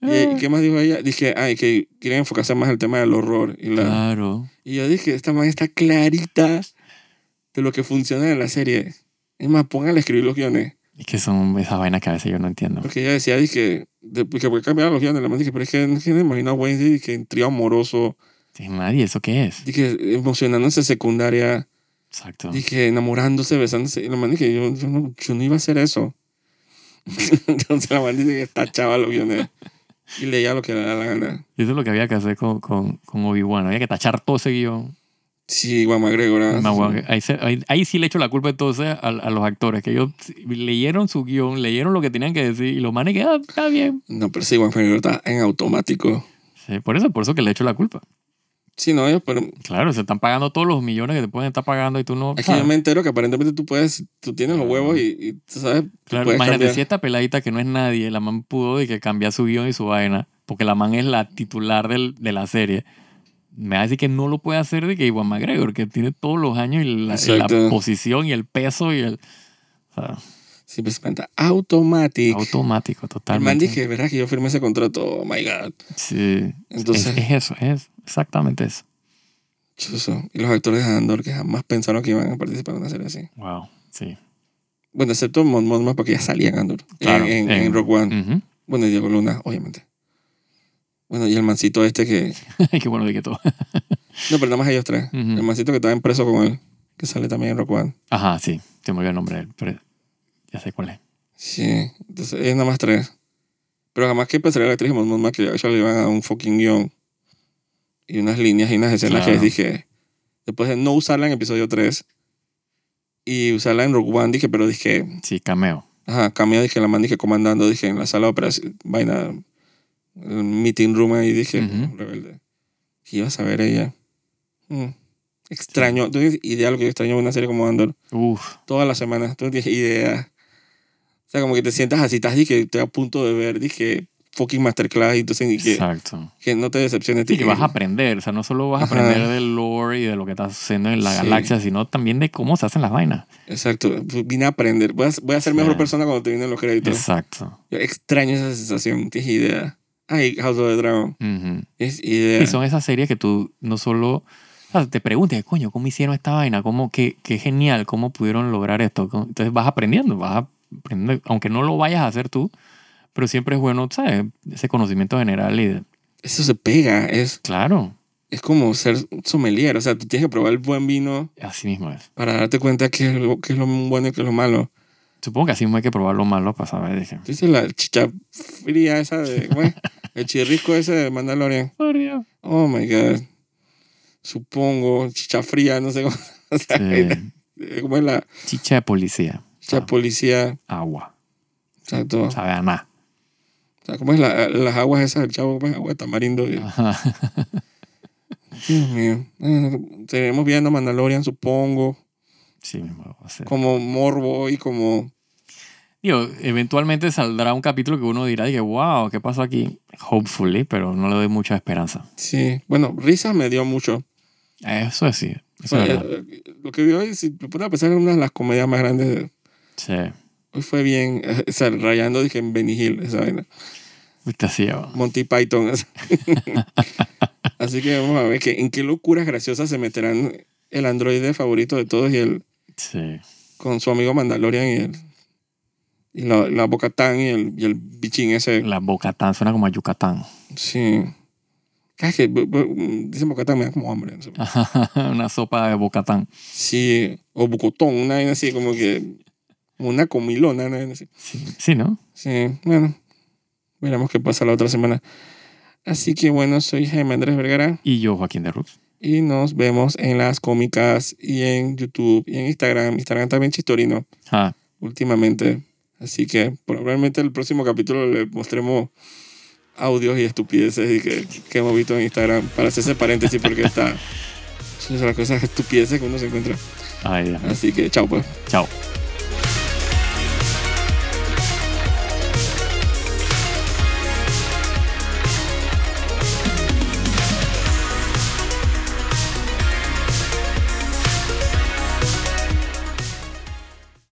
[SPEAKER 1] ¿Y qué más dijo ella? Dije, ay, que quieren enfocarse más al tema del horror. Y, la,
[SPEAKER 2] Ah. Claro.
[SPEAKER 1] y yo dije, esta man está clarita de lo que funciona en la serie. Es más, póngale a escribir los guiones.
[SPEAKER 2] Es que son esas vainas que a veces yo no entiendo.
[SPEAKER 1] Porque ella decía, dije, de, pues, que porque cambiaron los guiones. La man dije, pero es que no me imagino a Wednesday, dije, en trío amoroso.
[SPEAKER 2] Sí, nadie, ¿eso qué es?
[SPEAKER 1] Dije, emocionándose secundaria.
[SPEAKER 2] Exacto.
[SPEAKER 1] Dije, enamorándose, besándose. Y la man dije, yo, yo, no, yo no iba a hacer eso. *laughs* Entonces la man dice que esta chava lo vio ¿no? y leía lo que le da la gana.
[SPEAKER 2] Eso es lo que había que hacer con, con, con Obi-Wan. Había que tachar todo ese guión.
[SPEAKER 1] Sí, Juan McGregor. ah,
[SPEAKER 2] No,
[SPEAKER 1] sí.
[SPEAKER 2] weón, ahí, se- ahí- ahí sí le echo la culpa entonces a, a los actores, que ellos leyeron su guión, leyeron lo que tenían que decir y los manes que, ah, está bien.
[SPEAKER 1] No, pero sí, Juan McGregor está en automático.
[SPEAKER 2] Sí, por eso, por eso que le echo la culpa.
[SPEAKER 1] Sí, no, ellos, pero
[SPEAKER 2] Claro, se están pagando todos los millones que te pueden estar pagando y tú no... ah,
[SPEAKER 1] aquí
[SPEAKER 2] ¿sabes?
[SPEAKER 1] yo me entero que aparentemente tú puedes, tú tienes los huevos y, y tú sabes, tú
[SPEAKER 2] Claro,
[SPEAKER 1] puedes
[SPEAKER 2] imagínate,
[SPEAKER 1] cambiar.
[SPEAKER 2] si esta peladita que no es nadie, la man pudo de que cambiar su guión y su vaina, porque la man es la titular del- de la serie, me va a decir que no lo puede hacer de que Iwan McGregor, que tiene todos los años y la, y la
[SPEAKER 1] Exacto.
[SPEAKER 2] posición y el peso y el... O sea,
[SPEAKER 1] Sí, pues canta automático.
[SPEAKER 2] automático,
[SPEAKER 1] El man
[SPEAKER 2] totalmente.
[SPEAKER 1] dije, ¿verdad que yo firmé ese contrato? Oh my God.
[SPEAKER 2] Sí.
[SPEAKER 1] Entonces-
[SPEAKER 2] es, es eso, es exactamente eso.
[SPEAKER 1] Chuzo. Y los actores de Andor que jamás pensaron que iban a participar en una serie así.
[SPEAKER 2] Wow, sí.
[SPEAKER 1] Bueno, excepto Mon Mothma porque ya salía en Andor.
[SPEAKER 2] Claro,
[SPEAKER 1] en, en,
[SPEAKER 2] en-
[SPEAKER 1] en Rock One.
[SPEAKER 2] Ujú. *laughs*
[SPEAKER 1] Bueno, y Diego Luna, obviamente. Bueno, y el mancito este que...
[SPEAKER 2] Qué bueno de que todo.
[SPEAKER 1] No, pero nada más ellos tres.
[SPEAKER 2] Ujú.
[SPEAKER 1] El mancito que estaba en preso con él, que sale también en Rock One.
[SPEAKER 2] Ajá, sí, se me olvidó el nombre de él, pero ya sé cuál es.
[SPEAKER 1] Sí, entonces ellos nada más tres. Pero jamás que pensaría la actriz Mon Mothma que ellos le iban a un fucking guión. Y unas líneas y unas escenas
[SPEAKER 2] Claro.
[SPEAKER 1] que dije... Después de no usarla en episodio 3 y usarla en Rock One, dije, pero dije...
[SPEAKER 2] Sí, cameo.
[SPEAKER 1] Ajá, cambió, dije, la man, dije, comandando, dije, en la sala de operación, vaina, el meeting room ahí, dije,
[SPEAKER 2] Ujú.
[SPEAKER 1] rebelde. ¿Qué iba a saber ella? Mm. Extraño, tú tienes idea de lo que yo extraño de una serie como Andor,
[SPEAKER 2] Uf,
[SPEAKER 1] todas las semanas, tú no tienes idea. O sea, como que te sientas así, estás, dije, te a punto de ver, dije, fucking masterclass, y entonces, dije,
[SPEAKER 2] exacto.
[SPEAKER 1] que no te decepciones.
[SPEAKER 2] Sí,
[SPEAKER 1] dije,
[SPEAKER 2] que vas a aprender, o sea, no solo vas a
[SPEAKER 1] Eh, Ajá.
[SPEAKER 2] aprender del lore y de lo que está sucediendo en la
[SPEAKER 1] Sí.
[SPEAKER 2] galaxia, sino también de cómo se hacen las vainas.
[SPEAKER 1] Exacto, vine a aprender, voy a, voy a ser mejor
[SPEAKER 2] Sí.
[SPEAKER 1] persona cuando terminen los créditos.
[SPEAKER 2] Exacto.
[SPEAKER 1] Yo extraño esa sensación, no tienes idea. Ay, House of the Dragon,
[SPEAKER 2] Ujú.
[SPEAKER 1] es idea.
[SPEAKER 2] Y son esas series que tú no solo o sea, te preguntas, coño, ¿cómo hicieron esta vaina? ¿Cómo, qué, qué genial, cómo pudieron lograr esto? ¿Cómo? Entonces vas aprendiendo, vas aprendiendo, aunque no lo vayas a hacer tú, pero siempre es bueno, ¿sabes? Ese conocimiento general y de-
[SPEAKER 1] Eso se pega, es,
[SPEAKER 2] claro,
[SPEAKER 1] es como ser sommelier, o sea, tú tienes que probar el buen vino
[SPEAKER 2] así mismo es.
[SPEAKER 1] para darte cuenta qué es lo, qué es lo bueno y qué es lo malo.
[SPEAKER 2] Supongo que así mismo hay que probar lo malo para saber. Dije,
[SPEAKER 1] Tú dices la chicha fría esa
[SPEAKER 2] *laughs*
[SPEAKER 1] de, güey, el chirrisco ese de Mandalorian. *laughs*
[SPEAKER 2] por Dios.
[SPEAKER 1] Oh my God. Supongo, chicha fría, no sé cómo. *laughs* o sea,
[SPEAKER 2] Sí.
[SPEAKER 1] ¿Cómo es la
[SPEAKER 2] Eh, Chicha de policía.
[SPEAKER 1] chicha
[SPEAKER 2] Ah.
[SPEAKER 1] policía?
[SPEAKER 2] Agua.
[SPEAKER 1] Exacto. O
[SPEAKER 2] Sabe a nada.
[SPEAKER 1] sea, ¿cómo es la, las aguas esas del chavo? ¿Cómo es agua de tamarindo? Dios
[SPEAKER 2] Ajá.
[SPEAKER 1] mío. Ah, Seguimos viendo Mandalorian, supongo,
[SPEAKER 2] Sí, mismo va a ser.
[SPEAKER 1] como morbo y como.
[SPEAKER 2] Digo, eventualmente saldrá un capítulo que uno dirá, que wow, ¿qué pasó aquí? Hopefully, pero no le doy mucha esperanza.
[SPEAKER 1] Sí, bueno, risas me dio mucho.
[SPEAKER 2] Eso es sí. Eso
[SPEAKER 1] Fue,
[SPEAKER 2] es verdad.
[SPEAKER 1] eh, lo que vi hoy, si me pongo a pensar, en una de las comedias más grandes. de-
[SPEAKER 2] Sí.
[SPEAKER 1] Hoy fue bien, eh, o sea, rayando, dije, en Benny Hill, esa vaina.
[SPEAKER 2] Usted sí, va.
[SPEAKER 1] Monty Python. esa. *laughs* Así que vamos a ver que, en qué locuras graciosas se meterán el androide favorito de todos y el
[SPEAKER 2] Sí.
[SPEAKER 1] con su amigo Mandalorian y el y la, la Boca Tan y el, y el bichín ese.
[SPEAKER 2] La Bocatán suena como a Yucatán. *laughs*
[SPEAKER 1] Sí. Cada vez que bu- bu- dicen Boca Tan me da como hambre. no sé.
[SPEAKER 2] Ah. Una sopa de Bocatán.
[SPEAKER 1] Sí, o Bucotón, una vaina así, como que como una comilona, una vaina así.
[SPEAKER 2] Sí, sí, ¿no?
[SPEAKER 1] Sí, bueno, veremos qué pasa la otra semana. Así que bueno, soy Jaime Andrés Vergara
[SPEAKER 2] Y yo, Joaquín de Rux.
[SPEAKER 1] y nos vemos en las cómicas y en YouTube y en Instagram. Instagram también chistorino
[SPEAKER 2] Ah,
[SPEAKER 1] últimamente. Así que probablemente el próximo capítulo le mostremos audios y estupideces y que, que hemos visto en Instagram para hacer ese paréntesis porque *laughs* está... Son las cosas estupideces que uno se encuentra.
[SPEAKER 2] ahí, ya.
[SPEAKER 1] Así que chao pues.
[SPEAKER 2] Chao.